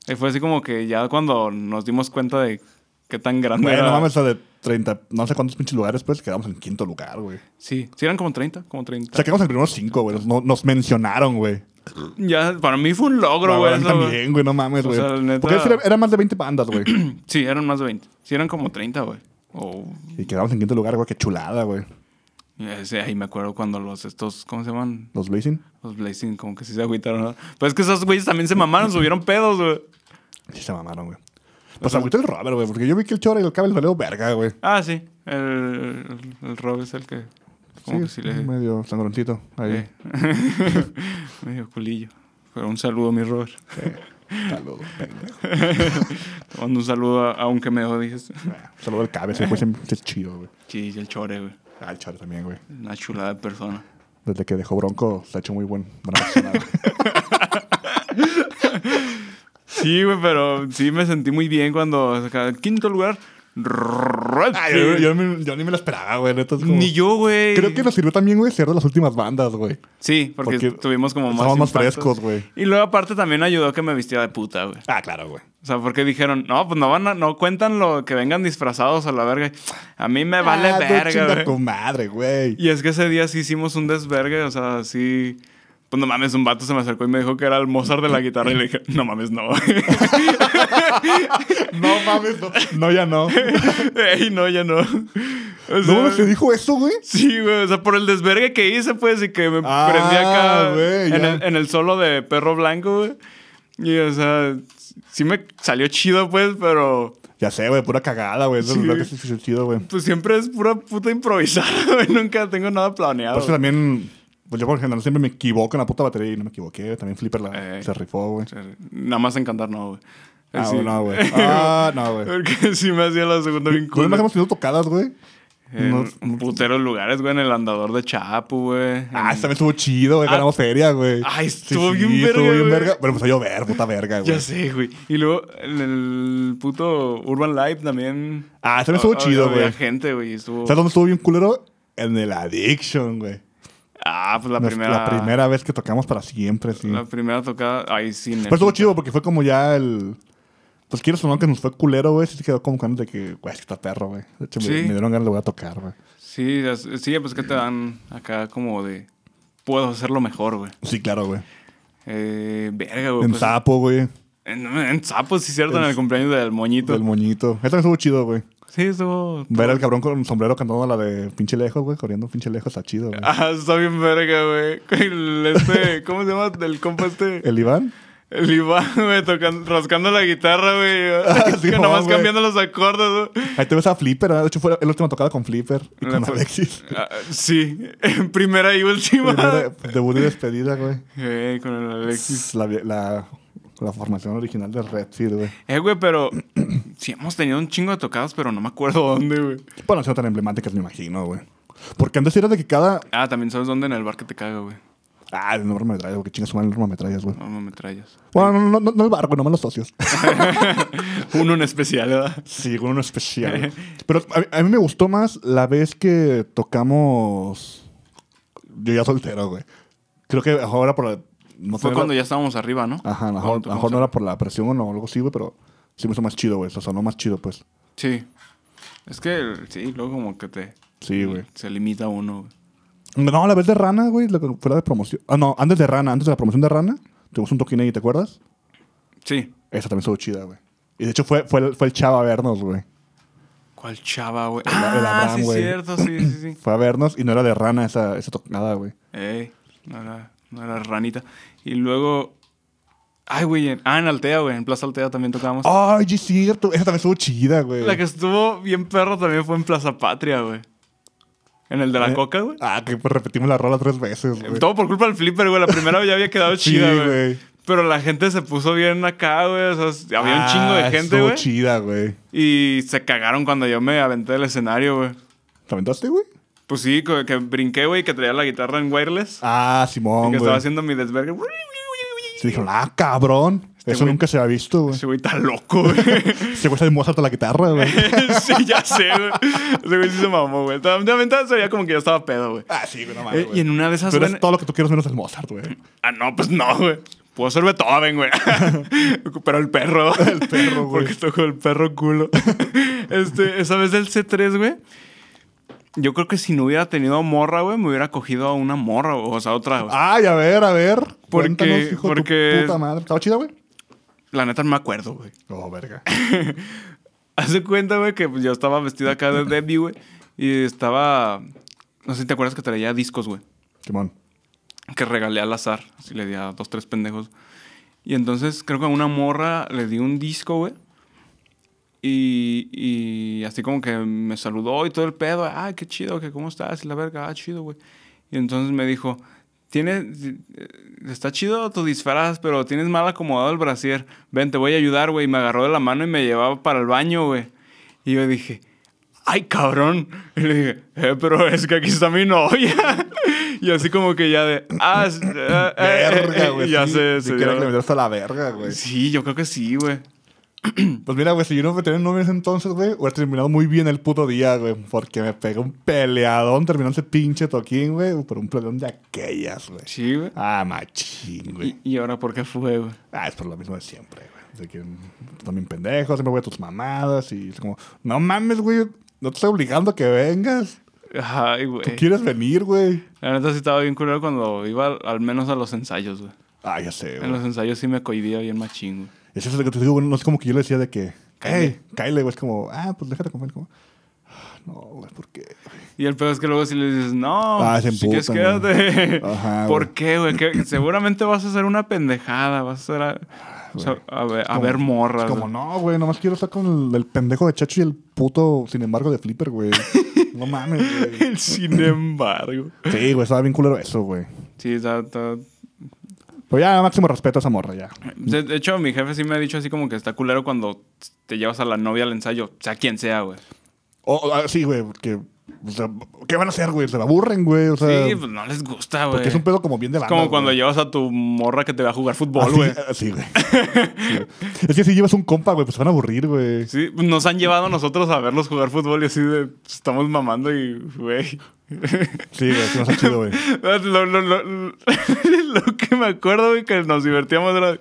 Ahí fue así como que ya cuando nos dimos cuenta de qué tan grande
Bueno,
era.
no mames, o sea, de 30, no sé cuántos pinches lugares, pues quedamos en quinto lugar, güey.
Sí, sí eran como 30, como 30.
O sea, quedamos en primeros cinco, güey. Nos, no- nos mencionaron, güey.
ya, para mí fue un logro,
La
güey.
verdad,
eso, güey.
también, güey, no mames,
O
güey.
sea, neta-
Porque era, era más de 20 bandas, güey.
Sí, eran más de 20. Sí, eran como 30, güey. O
y quedamos en quinto lugar, güey. Qué chulada, güey.
ese, ahí me acuerdo cuando los estos, ¿cómo se llaman?
Los Blazing.
Los Blazing, como que sí se agüitaron. ¿no? Pero es que esos güeyes también se mamaron, subieron pedos, güey.
Sí se mamaron, güey. Pues agüita el Robert, güey. Porque yo vi que el Chora y el Cable valió verga, güey.
Ah, sí. El, el, el Rob es el que. Como
Sí,
que sí le.
medio sangroncito. Ahí.
Eh. Medio culillo. Pero un saludo, mi Robert.
Saludo, pendejo.
Te mando un saludo a- aunque me odies.
Saludo al Cable, ese güey siempre es chido, güey.
Sí, y el chore, güey.
Ah, el Chora también, güey.
Una chulada de persona.
Desde que dejó Bronco, se ha hecho muy buen. Buena persona, güey.
Sí, güey, pero sí me sentí muy bien cuando acá, el quinto lugar. Redfield.
Ay, yo, yo ni- yo ni me lo esperaba, güey. neta, es como-
Ni yo, güey.
Creo que nos sirvió también, güey, ser de las últimas bandas, güey.
Sí, porque,
porque
tuvimos como más.
estábamos más
impactos.
frescos, güey.
Y luego, aparte, también ayudó que me vestía de puta, güey.
Ah, claro, güey.
O sea, porque dijeron, no, pues no van a, no cuentan lo que vengan disfrazados a la verga. A mí me vale
Ah, tú chinga
verga, güey.
tu madre, güey.
Y es que ese día sí hicimos un desvergue, o sea, sí. Pues no mames, un vato se me acercó y me dijo que era el Mozart de la guitarra y le dije, no mames, no.
No mames, no. No, ya no.
Ey, no, ya no. O sea,
¿No se dijo eso, güey?
sí, güey, o sea, por el desvergue que hice, pues, y que me
Ah,
prendí acá
güey,
en
ya.
el, en el solo de Perro Blanco, güey. Y, o sea, sí me salió chido, pues, pero
Ya sé, güey, pura cagada, güey. Eso
Sí.
es lo que es chido, güey.
pues siempre es pura puta improvisada, güey. Nunca tengo nada planeado.
Por eso también, pues yo por ejemplo siempre me equivoco en la puta batería y no me equivoqué. También Flipper la-
Eh.
se rifó, güey.
güey. Nada más encantar, no, güey.
Ah,
Sí.
no, güey. Ah, no, güey.
Porque sí me hacía la segunda bien
¿Cuándo más
cool.
hemos tenido tocadas, güey?
En
Nos-
un putero de lugares, güey, en el andador de Chapu, güey.
Ah,
En-
esa también estuvo chido, güey. Ganamos feria, güey.
Mm. Ay, estuvo bien verga,
Estuvo bien
güey.
verga. Pero pues a llover, puta verga, güey.
Ya sé, güey. Y luego en el puto Urban Life también.
Ah, ese me estuvo
Ah,
chido,
había
güey.
gente, güey. y Estuvo...
¿Sabes dónde estuvo bien culero? En el Addiction, güey.
Ah, pues la
Nos-
primera.
La primera vez que tocamos para siempre, sí.
La primera tocada. Ahí sí,
Pero estuvo
neta.
chido porque fue como ya el. Pues quieres o no que nos fue culero, güey. Sí se quedó como con ganas de que, güey, es que está perro, güey. De hecho, me-
Sí.
me, dieron ganas de volver a tocar, güey.
Sí, ya- sí, pues que te dan acá como de. Puedo hacerlo mejor, güey.
Sí, claro, güey.
Eh, verga, güey.
en
pues,
Sapo, güey.
En, en sapo, sí, cierto, en
En-
el cumpleaños del moñito.
Del moñito. Eso también estuvo chido, güey.
Sí, estuvo.
Ver al cabrón con sombrero cantando la de pinche lejos, güey. Corriendo pinche lejos, está chido, güey.
Ah, está bien verga, güey. El este, ¿cómo se llama? El compa este.
¿El Iván?
El Iván, güey, tocando, rascando la guitarra, güey.
sí,
que nomás
mamá, Ah, güey.
cambiando los acordes, güey.
Ahí te ves a Flipper, ¿verdad? De hecho, fue la última tocada con Flipper y
La
con
fue-
Alexis.
Ah, sí, en primera y última.
Primera de- Debut y despedida, güey.
Eh, con el Alexis.
La, vie- la, la formación original de Redfield, güey.
Eh, güey, pero sí hemos tenido un chingo de tocados, pero no me acuerdo dónde, güey.
Bueno, no son tan emblemáticas, me imagino, güey. Porque antes era de que cada.
Ah, también sabes dónde en el bar que te caga, güey.
Ah, el norma metrallas, güey. Que chingas suman el norma metrallas, güey.
No me metrallas.
Bueno, no, no, no, no el bar, güey, nomás los socios.
Uno en especial, ¿verdad?
sí, con uno especial. güey. Pero a mí, a mí me gustó más la vez que tocamos. Yo ya soltero, güey. Creo que ahora por la. No
Fue
tener-
cuando ya estábamos arriba, ¿no?
Ajá, a
Cuando
lo mejor, a lo
tocamos
mejor no era por la presión o algo así, güey, pero sí me hizo más chido, güey. O sea, sonó más chido, pues.
Sí. Es que, sí, luego como que te...
Sí, güey.
Se limita uno, güey.
No, la vez de Rana, güey, la que fue la de promoción. Ah, no, antes de Rana, antes de la promoción de Rana, tuvimos un toquín ahí, ¿te acuerdas?
Sí.
Esa también estuvo chida, güey. Y de hecho fue, fue, el- fue el chavo a vernos, güey.
¿Cuál chava, güey?
El- el
Ah,
Abraham,
sí,
güey.
cierto, sí, sí, sí.
Fue a vernos y no era de Rana esa, esa tocada, güey.
Ey, no, no. Una de las ranita. Y luego. Ay, güey. en- Ah, en Altea, güey. En Plaza Altea también tocamos.
Ay, sí, es cierto. Esa también estuvo chida, güey.
La que estuvo bien perro también fue en Plaza Patria, güey. En el de la
Eh,
coca, güey.
Ah, que pues, repetimos la rola tres veces, güey.
Todo por culpa del flipper, güey. La primera ya había quedado
Sí,
chida, güey.
güey.
Pero la gente se puso bien acá, güey. O sea, había un
Ah,
chingo de gente,
estuvo
güey.
chida, güey.
Y se cagaron cuando yo me aventé del escenario, güey.
¿Te aventaste, güey?
Pues sí, que, que brinqué, güey, que traía la guitarra en wireless.
Ah,
y
Simón,
que estaba
güey.
haciendo mi desvergue.
Se dijeron, ah, cabrón. Eso
Este güey-
nunca se ha visto, güey.
Ese güey está loco, güey.
Se cuesta el Mozart a la guitarra, güey.
sí, ya sé, güey. Ese güey sí se mamó, güey. También se veía como que ya estaba pedo, güey.
ah, sí, güey, no
Eh, y en una de esas,
Tú eres
güey,
todo lo que tú quieres menos el Mozart, güey.
Ah, no, pues no, güey. Puedo ser Beethoven, güey. Pero el perro. El
perro, güey.
Porque tocó el perro culo. este, esa vez del C3, güey. Yo creo que si no hubiera tenido morra, güey, me hubiera cogido a una morra, güey, o sea, otra, güey.
Ay, a ver, a ver.
Porque-
Cuéntanos, hijo de
porque-
tu puta madre. ¿Estaba chida, güey?
La neta no me acuerdo, güey.
Oh, verga.
Hace cuenta, güey, que pues, yo estaba vestido acá de Debbie, güey. Y estaba. No sé si te acuerdas que traía discos, güey.
Simón.
que regalé al azar. Así le di a dos, tres pendejos. Y entonces creo que a una morra le di un disco, güey. Y, y así como que me saludó y todo el pedo. Ah, qué chido, que cómo estás. Y la verga, ah, chido, güey. Y entonces me dijo, tienes, eh, está chido tu disfraz, pero tienes mal acomodado el brasier. Ven, te voy a ayudar, güey. Y me agarró de la mano y me llevaba para el baño, güey. Y yo dije, ¡Ay, cabrón! Y le dije, eh, pero es que aquí está mi novia. y así como que ya de, ¡ah! s- eh, eh, eh,
Verga,
eh",
güey.
Ya
sí.
se,
Si
se
quiera
dio-
que le metiera hasta la verga, güey.
Sí, yo creo que sí, güey.
Pues mira, güey, si yo no me tenía novia en ese entonces, güey, hubiera terminado muy bien el puto día, güey. Porque me pegó un peleadón terminó ese pinche toquín, güey. Por un peleadón de aquellas, güey.
Sí, güey.
Ah, machín, güey.
¿Y, y ahora por qué fue, güey?
Ah, es por lo mismo de siempre, güey. De que mm, tú también pendejo, siempre voy a tus mamadas y es como, no mames, güey, no te estoy obligando a que vengas.
Ay, güey.
Tú quieres venir, güey.
La neta sí estaba bien culero cuando iba al, al menos a los ensayos, güey.
Ah, ya sé,
En
güey.
los ensayos sí me cohibía bien machín, güey.
Es eso que te digo, güey, no es como que yo le decía de que, hey,
Cáele.
cáele, güey. Es como, ah, pues déjate comer, como, "Ah, no, güey, ¿por qué?
Y el peor es que luego si le dices, no,
Ah, se
si quieres
emputan, güey.
quédate.
Ajá,
¿Por
güey.
qué, güey? Que Seguramente vas a hacer una pendejada, vas a hacer a, o sea, a ver, a
como-
ver morras.
Ah, Es como,
güey.
no, güey, nomás quiero estar con el, el pendejo de Chacho y el puto, sin embargo, de Flipper, güey. no mames, güey.
El Sin embargo.
Sí, güey, estaba bien culero eso, güey.
Sí, está- está-
Pero ya, máximo respeto a esa morra, ya.
De, de hecho, mi jefe sí me ha dicho así como que está culero cuando te llevas a la novia al ensayo, sea quien sea, güey.
O, o- ah, sí, güey, porque. o sea, ¿Qué van a hacer, güey? Se la aburren, güey. O sea,
sí, pues no les gusta, güey.
porque es un pedo como bien de la.
como cuando llevas a tu morra que te va a jugar fútbol, güey.
Sí, güey. Sí. Es que si llevas un compa, güey, pues se van a aburrir, güey.
Sí, nos han llevado a nosotros a verlos jugar fútbol y así de, "Pues, estamos mamando y, güey.
Sí, güey, sí, no está chido, güey.
Lo, lo- lo- lo que me acuerdo, güey, que nos divertíamos era...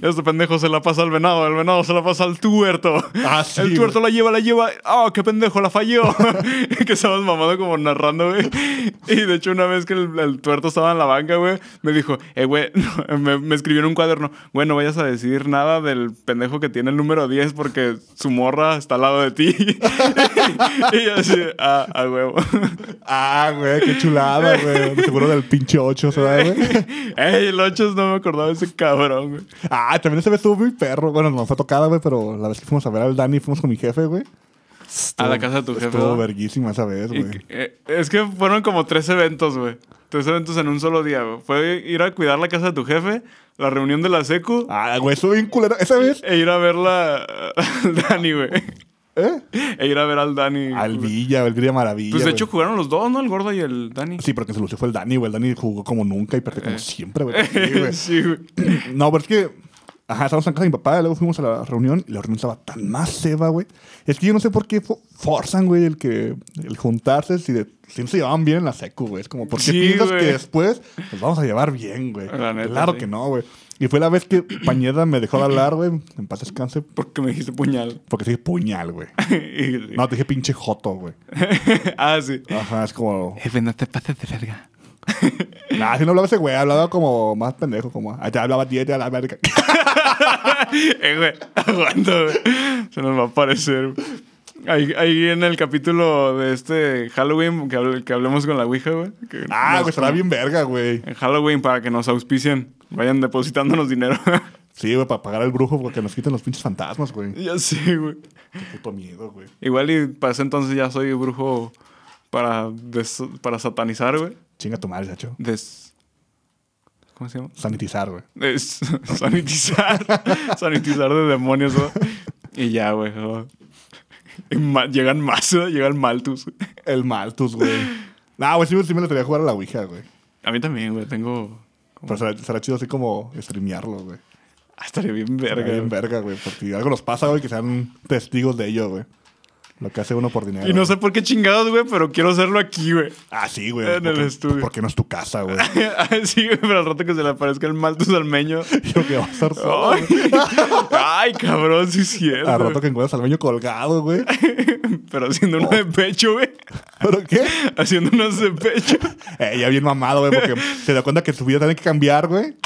"Ya Este pendejo se la pasa al venado, el venado se la pasa al tuerto.
Ah, sí,
el
güey.
tuerto la lleva, la lleva. ¡Ah, qué pendejo, la falló! que estábamos mamando como narrando, güey. Y de hecho una vez que el, el tuerto estaba en la banca, güey, me dijo, eh, güey, no, me, me escribió en un cuaderno, güey, no vayas a decir nada del pendejo que tiene el número 10 porque su morra está al lado de ti. y yo así, ah, a huevo.
Ah, güey, qué chulada, güey. Seguro del pinche 8, ¿sabes, güey?
Ey, el 8 no me acordaba de ese cabrón, güey.
Ah, también ese vez estuvo muy perro. Bueno, no fue tocada, güey, pero la vez que fuimos a ver al Dani, fuimos con mi jefe, güey.
A la
Estuvo-
casa de tu jefe.
Estuvo
¿no?
verguísima esa vez,
Y
güey.
que- eh, es que fueron como tres eventos, güey. Tres eventos en un solo día, güey. Fue ir a cuidar la casa de tu jefe, la reunión de la secu
Ah, güey, estuvo bien culero. Esa vez,
e ir a verla al Dani, güey.
¿eh?
E ir a ver al Dani.
Al Villa, el Gría Maravilla.
pues de
güey.
hecho jugaron los dos, ¿no? El gordo y el Dani.
Sí, pero el que se lució fue el Dani, güey. El Dani jugó como nunca y perdió
Eh.
como siempre, güey. Sí, güey.
Sí, güey.
No, pero es que. Ajá, estábamos en casa de mi papá, y luego fuimos a la reunión y la reunión estaba tan masiva, güey. Es que yo no sé por qué fo- forzan, güey, el que el juntarse si, de, si no se llevaban bien en la secu, güey. Es como, ¿por qué
Sí,
piensas
güey.
que después nos vamos a llevar bien, güey?
La neta,
Claro
sí.
que no, güey. Y fue la vez que Pañeda me dejó de hablar, güey, en paz descanse,
Porque me dijiste puñal.
porque sí, puñal, güey.
Y-
No, te dije pinche joto, güey.
ah, sí.
Ajá, es como...
Jefe, no te pases de verga.
Nah, si no hablaba ese güey, hablaba como más pendejo, como... Allá hablaba 10 a la verga.
eh, güey, aguanta, güey. Se nos va a aparecer, güey. Ahí, ahí en el capítulo de este Halloween que, hable- que hablemos con la Ouija, güey. que
Ah,
nos-
güey, estará bien verga, güey.
En Halloween para que nos auspicien. Vayan depositándonos dinero.
Sí, güey, para pagar al brujo porque nos quiten los pinches fantasmas, güey.
ya sí, güey.
Qué puto miedo, güey.
Igual y para ese entonces ya soy brujo para, des- para satanizar, güey.
Chinga tu madre, Sacho.
Des... ¿Cómo se llama?
Sanitizar, güey.
Es sanitizar. sanitizar de demonios, ¿no? Y ya, güey. ¿no? Y ma- Llegan más, ¿no? llegan maltus.
El Maltus, güey. Nah, güey, sí, sí me lo tenía jugar a la Ouija, güey.
A mí también, güey. Tengo.
Pero será, será chido así como streamearlo, güey.
Ah, Estaría bien verga.
Será bien
güey.
verga, güey. Porque si algo nos pasa, güey, que sean testigos de ello, güey. Lo que hace uno por dinero.
Y no
güey.
sé por qué chingados, güey, pero quiero hacerlo aquí, güey.
Ah, sí, güey.
En el
porque-
estudio.
Porque no es tu casa, güey.
sí, güey, pero al rato que se le aparezca el maltus almeño.
Yo que va a estar solo.
Ay, ay, cabrón, sí es cierto.
Al rato que encuentras al baño colgado, güey.
Pero haciendo uno de pecho, güey.
¿Pero qué?
Haciendo unos de pecho.
Eh, ya bien mamado, güey, porque se da cuenta que su vida tiene que cambiar, güey.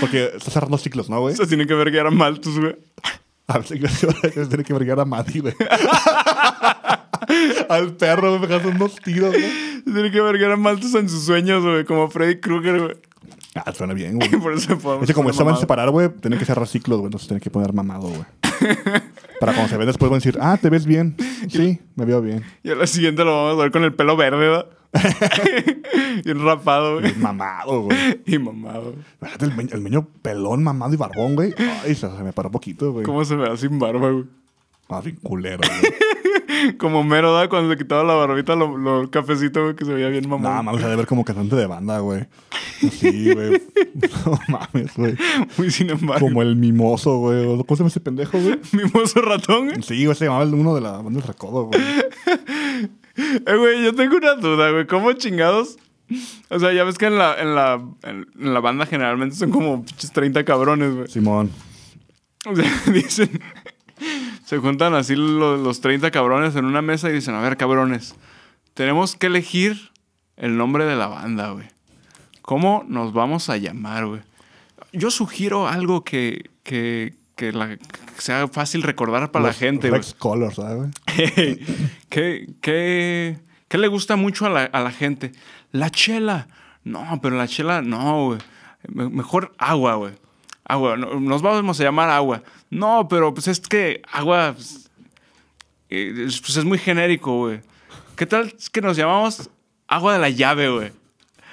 Porque está cerrando ciclos, ¿no, güey?
Eso tiene que ver que eran maltus, güey.
A ver, tiene que vergar a Mati, güey. Al perro, güey, me pegas unos tiros, güey.
Tiene que ver que eran maltus en sus sueños, güey. Como Freddy Krueger, güey.
Ah, suena bien, güey.
Y por eso podemos.
Es que Este como
ser
estaban
mamados.
separar, güey, tiene que cerrar ciclos, güey. Entonces tiene que poner mamado, güey. Para cuando se ven después, van a decir, ah, te ves bien. Sí, me veo bien.
Y a la siguiente lo vamos a ver con el pelo verde, ¿verdad? y un rapado, güey.
Mamado, güey.
Y mamado.
Fíjate, El, meño- el meño pelón, mamado y barbón, güey. Ay, se, se me paró poquito, güey.
¿Cómo se me da sin barba, güey?
Ah, bien culero, güey.
Como mero, ¿verdad? Cuando se quitaba la barbita, lo, lo cafecito, güey, que se veía bien
No,
mamado.
mames, se ha de ver como cantante de banda, güey. Sí, güey. No mames, güey.
Muy sin embargo.
Como el mimoso, güey. ¿Cómo se llama ese pendejo, güey?
Mimoso ratón, güey.
Sí, güey, se llamaba el uno de la banda del recodo, güey.
Eh, güey, yo tengo una duda, güey. ¿Cómo chingados? O sea, ya ves que en la, en la, en, en la banda generalmente son como pinches 30 cabrones, güey.
Simón.
O sea, dicen. Se juntan así lo- los 30 cabrones en una mesa y dicen: A ver, cabrones, tenemos que elegir el nombre de la banda, güey. ¿Cómo nos vamos a llamar, güey? Yo sugiero algo que, que, que la- que sea fácil recordar para la
Los
gente, güey.
Rex Color, ¿sabes, güey?
¿Qué, qué, qué le gusta mucho a la, a la gente? La chela. No, pero la chela, no, güey. Me- mejor agua, güey. Agua. no- nos vamos a llamar agua. No, pero pues es que agua. Pues, eh, es- pues es muy genérico, güey. ¿Qué tal que nos llamamos agua de la llave, güey?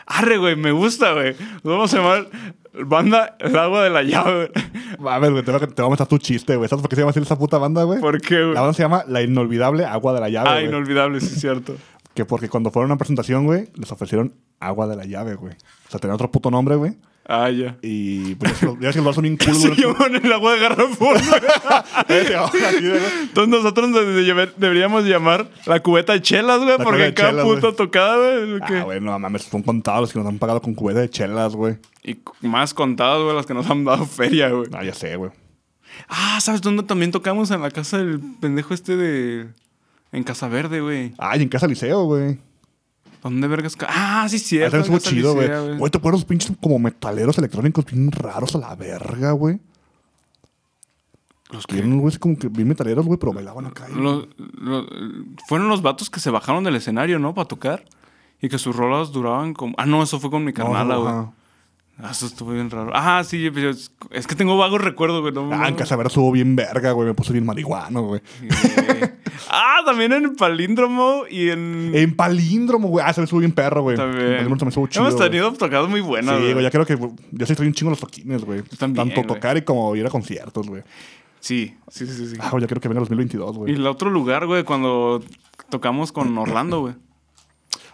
Arre, güey, me gusta, güey. Nos vamos a llamar banda el agua de la llave. güey.
A ver, güey, te voy a, te voy a meter tu chiste, güey. ¿Sabes por qué se llama así esa puta banda, güey?
¿Por qué,
La
güey?
banda se llama La Inolvidable Agua de la Llave,
Ah,
güey.
inolvidable, sí, es cierto.
Que porque cuando fueron a una presentación, güey, les ofrecieron Agua de la Llave, güey. O sea, tenían otro puto nombre, güey.
Ah, ya.
Y pues ya es que los- ya es que los dos son bien cool,
Se
güey.
llaman el agua de garrafón.
Se llamaban así, güey.
Entonces nosotros nos de- lleve- deberíamos llamar la cubeta de chelas, güey,
La cubeta
porque
de
cada
chelas,
puto
güey.
tocada, güey. es lo que-
Ah, güey, no mames, son contados los que nos han pagado con cubeta de chelas, güey.
Y c- más contadas, güey, las que nos han dado feria, güey.
Ah, ya sé, güey.
Ah, ¿sabes dónde también tocamos? En la casa del pendejo este de... En Casa Verde, güey.
Ay, en Casa Liceo, güey.
¿Dónde vergas? ca- Ah, sí,
Ahí
cierto.
también estuvo
en Casa
chido,
Licea,
güey. Güey, te ponen los pinches como metaleros electrónicos bien raros a la verga, güey.
Los
Que
que...
eran, güey, así como que bien metaleros, güey, pero bailaban acá. y-
lo- lo- fueron los vatos que se bajaron del escenario, ¿no? Para tocar. Y que sus rolas duraban como... Ah, no, eso fue con mi
No,
carnala,
no,
güey.
ajá.
Ah, Eso estuvo bien raro. Ah, sí, pero es es que tengo vagos recuerdos, güey. no-
Ah, en
no-
Casa Vera estuvo bien verga, güey. Me puse bien marihuano, güey.
ah, también en Palíndromo y en.
En Palíndromo, güey. Ah, se me estuvo bien perro, güey. En
también.
Palíndromo también estuvo chido.
Hemos
güey.
tenido tocadas muy buenas.
Sí,
güey.
güey, ya creo que güey, yo sí estoy un chingo en los toquines, güey.
también,
Tanto
güey.
tocar y como ir a conciertos, güey.
sí, sí, sí. sí.
Ah, güey, ya creo que venga el 2022,
y
güey.
el otro lugar, güey, cuando tocamos con Orlando, güey.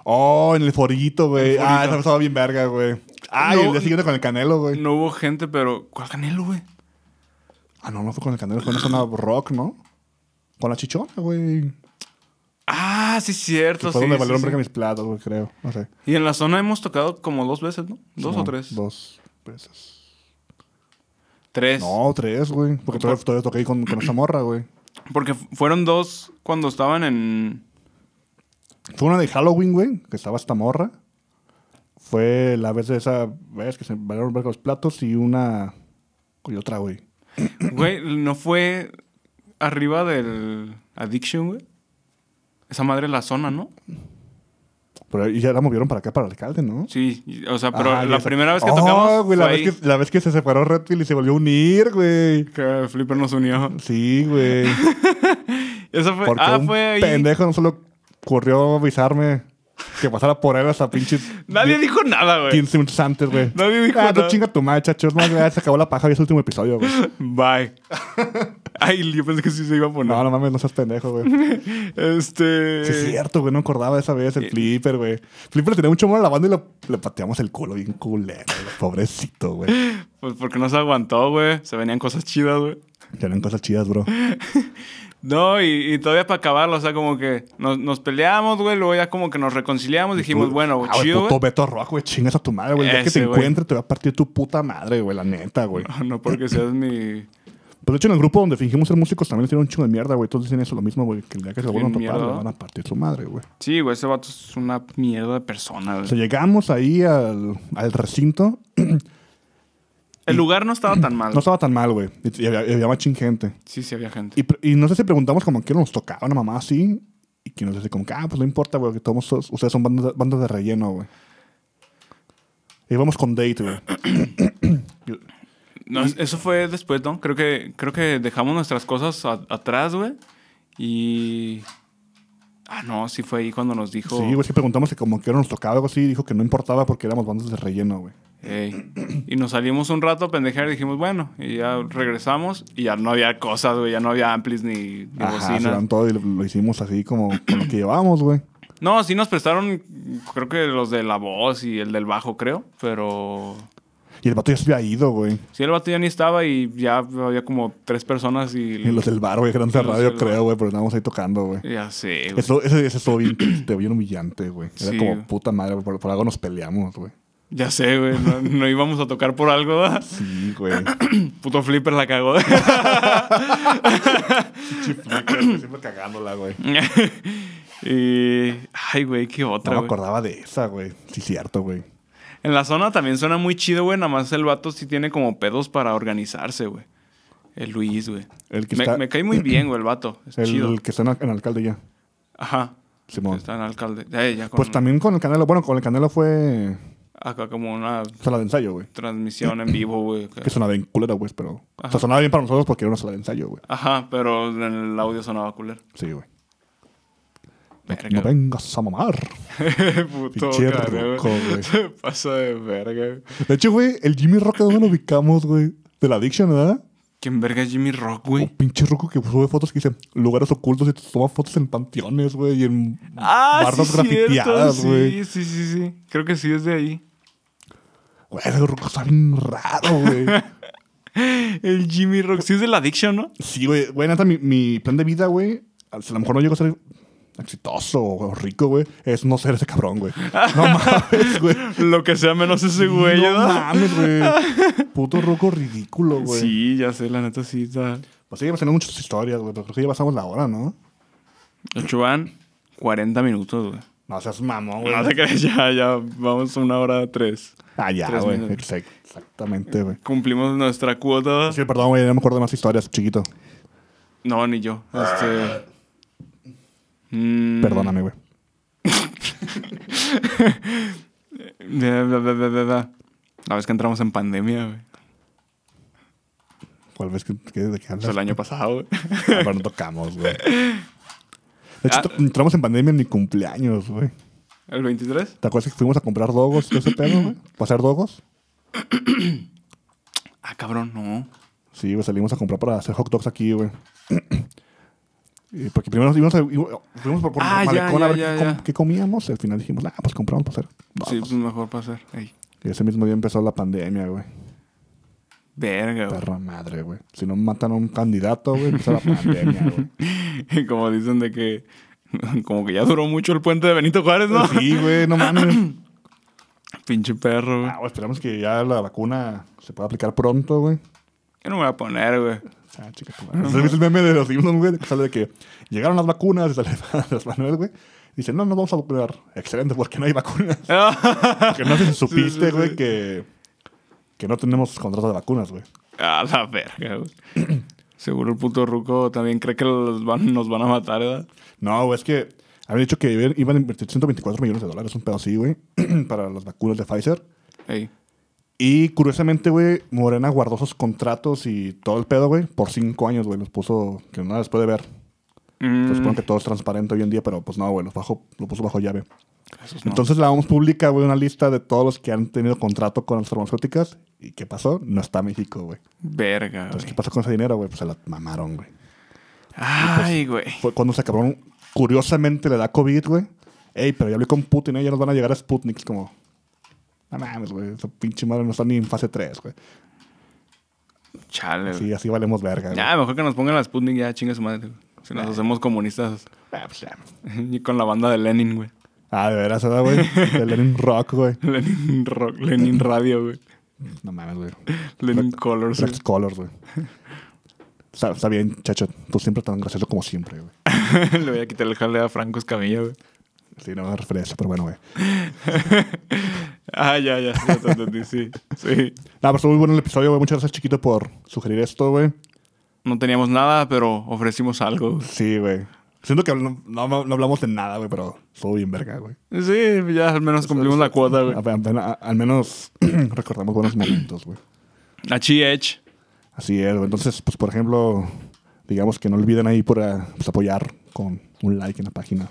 Oh, en el forito, güey.
El Forito.
Ah, esa estaba bien verga, güey. Ah, y
No.
el día siguiente con el canelo, güey.
No hubo gente, pero. ¿Cuál canelo, güey?
Ah, no, no fue con el canelo, fue en una zona rock, ¿no? Con la chichona, güey.
Ah, sí, cierto.
Fue
sí,
donde
sí,
valieron
sí.
verga mis platos, güey, creo. No sé.
Y en la zona hemos tocado como dos veces, ¿no? Dos
No,
o tres.
Dos veces.
Tres.
No, tres, güey. Porque todavía, todavía toqué ahí con, con esa morra, güey.
Porque fu- fueron dos cuando estaban en.
Fue una de Halloween, güey, que estaba esta morra. Fue la vez de esa vez que se valieron verga los platos y una. Y otra, güey.
Güey, no fue. arriba del Addiction, güey. Esa madre es la zona, ¿no?
Pero y ya la movieron para acá, para el alcalde, ¿no?
Sí, y- o sea, pero
Ah,
la
ya sé.
primera vez que
Oh,
tocamos.
güey,
Güey,
la, vez que, la vez que se separó Redfield y se volvió a unir, güey.
que Flipper nos unió.
Sí, güey.
Esa fue.
Porque
ah,
un
fue ahí.
pendejo no solo corrió a avisarme que pasara por él hasta pinches
Nadie dijo nada, güey.
15 minutos antes, güey.
Nadie dijo
Ah, tú
nada.
chinga tu madre, chacho. Es más, ya se acabó la paja y es el último episodio, güey.
Bye. Ay, yo pensé que sí se iba a poner.
No, no mames, no seas pendejo, güey.
Este.
Sí, es cierto, güey. No me acordaba de esa vez el Flipper, güey. Flipper le tenía mucho amor a la banda y lo- le pateamos el culo bien culero, güey. Pobrecito, güey.
Pues porque no se aguantó, güey. Se venían cosas chidas, güey.
Ya eran cosas chidas, bro.
No, y, y todavía para acabarlo, o sea, como que nos, nos peleamos, güey. Luego ya como que nos reconciliamos. Dijimos,
Tú-
bueno, güey,
Ah, güey,
chido,
puto
güey.
Beto Rojo, güey. Chingas a tu madre, güey. El día que
Ese,
te
güey.
encuentre te voy a partir tu puta madre, güey. La neta, güey.
No, no porque seas mi.
Pues de hecho, en el grupo donde fingimos ser músicos también les dieron un chingo de mierda, güey. Todos dicen eso lo mismo, güey. Que el día que se vuelvan a
Bien
topar, le
mierda.
van a partir su madre, güey.
Sí, güey, ese vato es una mierda de persona,
O
güey.
sea, llegamos ahí al, al recinto.
El lugar no estaba tan mal.
No estaba tan mal, güey. Y, y había, y había más chingente.
Sí, sí había gente.
Y, pre- y no sé si preguntamos como que nos tocaba una mamá así. Y que nos dice como que, ah, pues no importa, güey, que todos sos- ustedes son bandas de, bandas de relleno, güey. Íbamos con date, güey.
No, es- eso fue después, ¿no? Creo que, creo que dejamos nuestras cosas a- atrás, güey. Y. Ah, no, sí fue ahí cuando nos dijo.
Sí, güey, sí preguntamos que como que nos tocaba algo así. y Dijo que no importaba porque éramos bandas de relleno, güey.
Ey. Y nos salimos un rato a pendejear y dijimos, bueno, y ya regresamos y ya no había cosas, güey, ya no había amplis ni, ni
Ajá, se
bocinas.
dan todo y lo, lo hicimos así como con lo que llevábamos, güey.
No, sí nos prestaron, creo que los de la voz y el del bajo, creo, pero
Y el vato ya se había ido, güey.
sí el vato ya ni estaba y ya había como tres personas y...
Y los del bar, güey, que eran de
Los
radio,
del bar.
creo, güey, pero estábamos ahí tocando, güey.
Ya sé, güey.
Eso, ese, ese estuvo bien triste, bien humillante, güey. Era
Sí,
como
güey.
puta madre, güey, por, por algo nos peleamos, güey.
Ya sé, güey, no, no íbamos a tocar por algo, ¿verdad?
Sí, güey.
Puto Flipper la cagó.
Siempre cagándola, güey.
y... Ay, güey, qué
No
otra,
me
güey.
acordaba de esa, güey. Sí, cierto, güey.
En la zona también suena muy chido, güey. Nada más el vato sí tiene como pedos para organizarse, güey. El Luis, güey.
El que
Me,
está-
me cae muy bien, güey, el vato. Es
El
chido.
que está en, en alcalde ya,
Ajá.
Simón.
Está en alcalde. Eh, ya con-
Pues también con el Canelo. Bueno, con el Canelo fue
Acá como una
sala de ensayo, güey.
transmisión en vivo, güey. que-
Que sonaba bien culera, güey, pero... O
Ajá.
sea, sonaba bien para nosotros porque era una sala de ensayo, güey.
Ajá, pero en el audio sonaba culero.
Sí, güey.
Verga,
No
güey.
vengas a mamar.
Puto
Pinche
cara,
ruco, güey.
güey. Se pasa de verga, güey.
De hecho, güey, el Jimmy Rock, ¿de dónde lo ubicamos, güey? De la Addiction, ¿verdad?
¿Quién verga es Jimmy Rock,
Un
güey?
pinche ruco que sube fotos que dice lugares ocultos y te toma fotos en panteones, güey, y en
Ah, sí,
bardas
cierto.
grafiteadas, güey.
Sí, sí, sí, sí. Creo que sí es de ahí.
Güey, ese ruco está bien raro, güey.
El Jimmy Rock. Sí es de la Addiction, ¿no?
sí, güey. Güey, neta, mi, mi plan de vida, güey, a lo mejor no llego a ser exitoso o rico, güey, es no ser ese cabrón, güey. No mames, güey.
Lo que sea menos ese güey.
no
¿verdad?
mames, güey. Puto ruco ridículo, güey.
Sí, ya sé, la neta sí está.
Pues sí, llevas teniendo muchas historias, güey, pero creo que ya pasamos la hora, ¿no?
El Chuban, 40 minutos, güey.
No seas mamón, güey.
No te crees, ya, ya vamos a una hora tres.
Ah, ya,
Tres
güey.
minutos.
Exact- Exactamente, güey.
Cumplimos nuestra cuota.
Sí, perdón, güey, no me acuerdo de más historias, chiquito.
No, ni yo. Este. Mm,
Perdóname, güey.
da, da, da, da, da, da. La vez que entramos en pandemia, güey.
¿Cuál vez que, que- de qué
O sea,
hablas?
el año pasado, güey.
Ah, Pero no tocamos, güey. De hecho,
Ah.
tr- entramos en pandemia en mi cumpleaños, güey.
¿El 23?
¿Te acuerdas que fuimos a comprar dogos y todo ese pedo, güey? ¿Para hacer dogos?
Ah, cabrón, no.
Sí, güey, salimos a comprar para hacer hot dogs aquí, güey. Y Porque primero nos íbamos a, íbamos- fuimos por, por
Ah, ya,
malecón a
ya,
ver
ya,
qué, com-
ya.
qué comíamos. Al final dijimos, ah, pues compramos para hacer dogos.
Sí, pues mejor pasar. Ey,
Y ese mismo día empezó la pandemia, güey.
verga, güey.
Perra madre, güey. Si no matan a un candidato, güey, empieza la pandemia, güey.
Y como dicen de que. Como que ya duró mucho el puente de Benito Juárez, ¿no?
Sí, güey, no mames.
Pinche perro, güey.
Ah, güey, esperamos que ya la vacuna se pueda aplicar pronto, güey.
Yo no me voy a poner, güey.
Ah, chica, tu madre. ¿Has visto el meme de los Simpsons, güey? Que sale de que llegaron las vacunas, y sale las manuales, güey. Dice, no, nos vamos a vacunar. Excelente, porque no hay vacunas. Que no sé si
Sí, sí,
supiste,
sí.
güey, que, que no tenemos contrato de vacunas, güey.
A la verga, güey. Seguro el puto Ruco también cree que los van- nos van a matar, ¿verdad?
No, güey, es que habían dicho que iban- iban a invertir 124 millones de dólares, un pedo así, güey, para las vacunas de Pfizer.
Ey.
Y curiosamente, güey, Morena guardó sus contratos y todo el pedo, güey, por cinco años, güey. Los puso, que nada les puede ver.
Mm,
Se supone que todo es transparente hoy en día, pero pues no, güey, los, bajo- los puso bajo llave.
esos no.
Entonces la OMS publica, güey, una lista de todos los que han tenido contrato con las farmacéuticas. ¿Y qué pasó? No está México, güey.
Verga,
Entonces,
güey.
¿qué pasó con ese dinero, güey? Pues se la mamaron, güey.
Ay, güey.
Fue cuando se acabaron, curiosamente le da COVID, güey. Ey, pero ya hablé con Putin, ¿eh? ya nos van a llegar a Sputnik. Es como, no mames, güey, esa pinche madre no está ni en fase 3, güey.
Chale, güey.
Sí, así valemos verga, güey.
Ya, mejor que nos pongan la Sputnik, ya chinga su madre. güey. Si nos hacemos comunistas.
Ah, pues, ya.
Y con la banda de Lenin, güey.
Ah, de veras, ¿verdad, güey? El Lenin Rock, güey.
Lenin Rock, Lenin Radio, güey.
No mames, güey.
Lenin Colors, güey.
Flex Pues Colors, güey. Está, está bien, chacho. Tú siempre tan gracioso como siempre, güey.
Le voy a quitar el jale a Franco Escamilla, güey.
Sí, no me referencia, pero bueno, güey.
Ah, ya, ya. Ya te entendí, sí. Sí.
Nada, pero estuvo muy bueno el episodio, güey. Muchas gracias, chiquito, por sugerir esto, güey.
No teníamos nada, pero ofrecimos algo. güey.
Sí, güey. Siento que no, no- no hablamos de nada, güey, pero estuvo bien verga, güey.
Sí, ya al menos cumplimos la cuota, güey.
A- a- a- Al menos recordamos buenos momentos, güey.
A Chi Edge.
Así es, güey. Entonces, pues, por ejemplo, digamos que no olviden ahí por ah, pues, apoyar con un like en la página.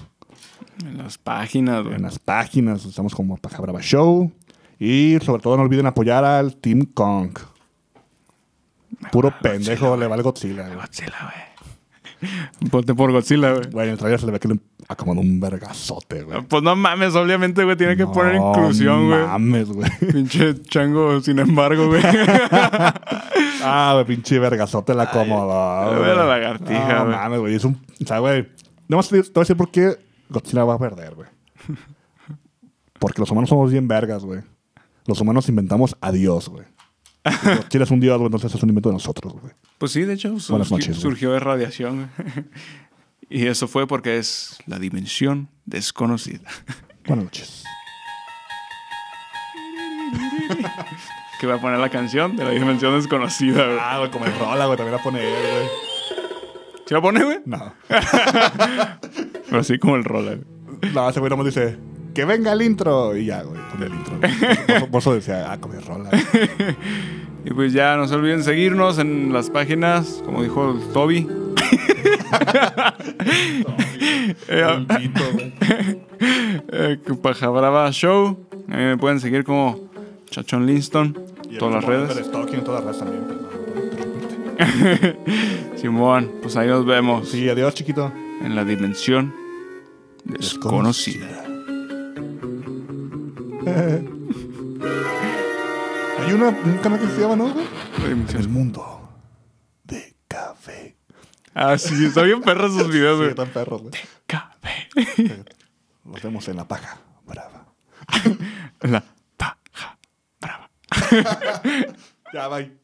En las páginas, güey.
en las páginas. Estamos como Paja Brava Show. Y sobre todo no olviden apoyar al Team Kong. Puro
Ah,
pendejo, le va al Godzilla. güey.
Godzilla, güey. Ponte por Godzilla, güey.
Güey, en el trailer se le ve que le acomodó un vergazote, güey.
Pues no mames, obviamente, güey, tiene que poner
No
inclusión, güey.
mames, güey.
Pinche chango, sin embargo, güey.
Ah, güey, pinche vergazote la acomodó.
le ve
güey.
la lagartija,
No
güey.
mames, güey. Es un. O sea, güey. No más te te voy a decir por qué Godzilla va a perder, güey. Porque los humanos somos bien vergas, güey. Los humanos inventamos a Dios, güey. Y Godzilla es un dios, güey, entonces es un invento de nosotros, güey.
Pues sí, de hecho,
Buenas
surgi-
noches, güey.
surgió de radiación. güey. y eso fue porque es la dimensión desconocida.
Buenas noches.
que va a poner la canción de la dimensión desconocida, güey.
Ah, güey, como el rola, güey, también la pone él, güey.
¿Sí la pone, güey?
No.
Pero así como el roller.
No, ese güey nomás dice, que venga el intro. Y ya, güey, pone el intro. güey. Por eso- Por eso decía, ah, como el rola. güey.
Y pues ya, no se olviden seguirnos en las páginas, como dijo el Toby. Eh,
Pito, güey.
eh, Paja Brava Show. A mí me pueden seguir como Chachón Linston.
Y el
Todas las
mismo
redes.
Robert Stock y en todas las redes también. perdón.
Simón, pues ahí nos vemos
Sí, adiós, chiquito.
en la dimensión desconocida.
Hay una, un canal que se llama, ¿no, güey?
La
En
dimensión-
el mundo de café.
Ah, sí, está bien perro sus videos,
Sí,
güey.
están perros, güey.
Cabe.
Nos vemos en la paja. Brava.
La paja brava.
Ya, bye.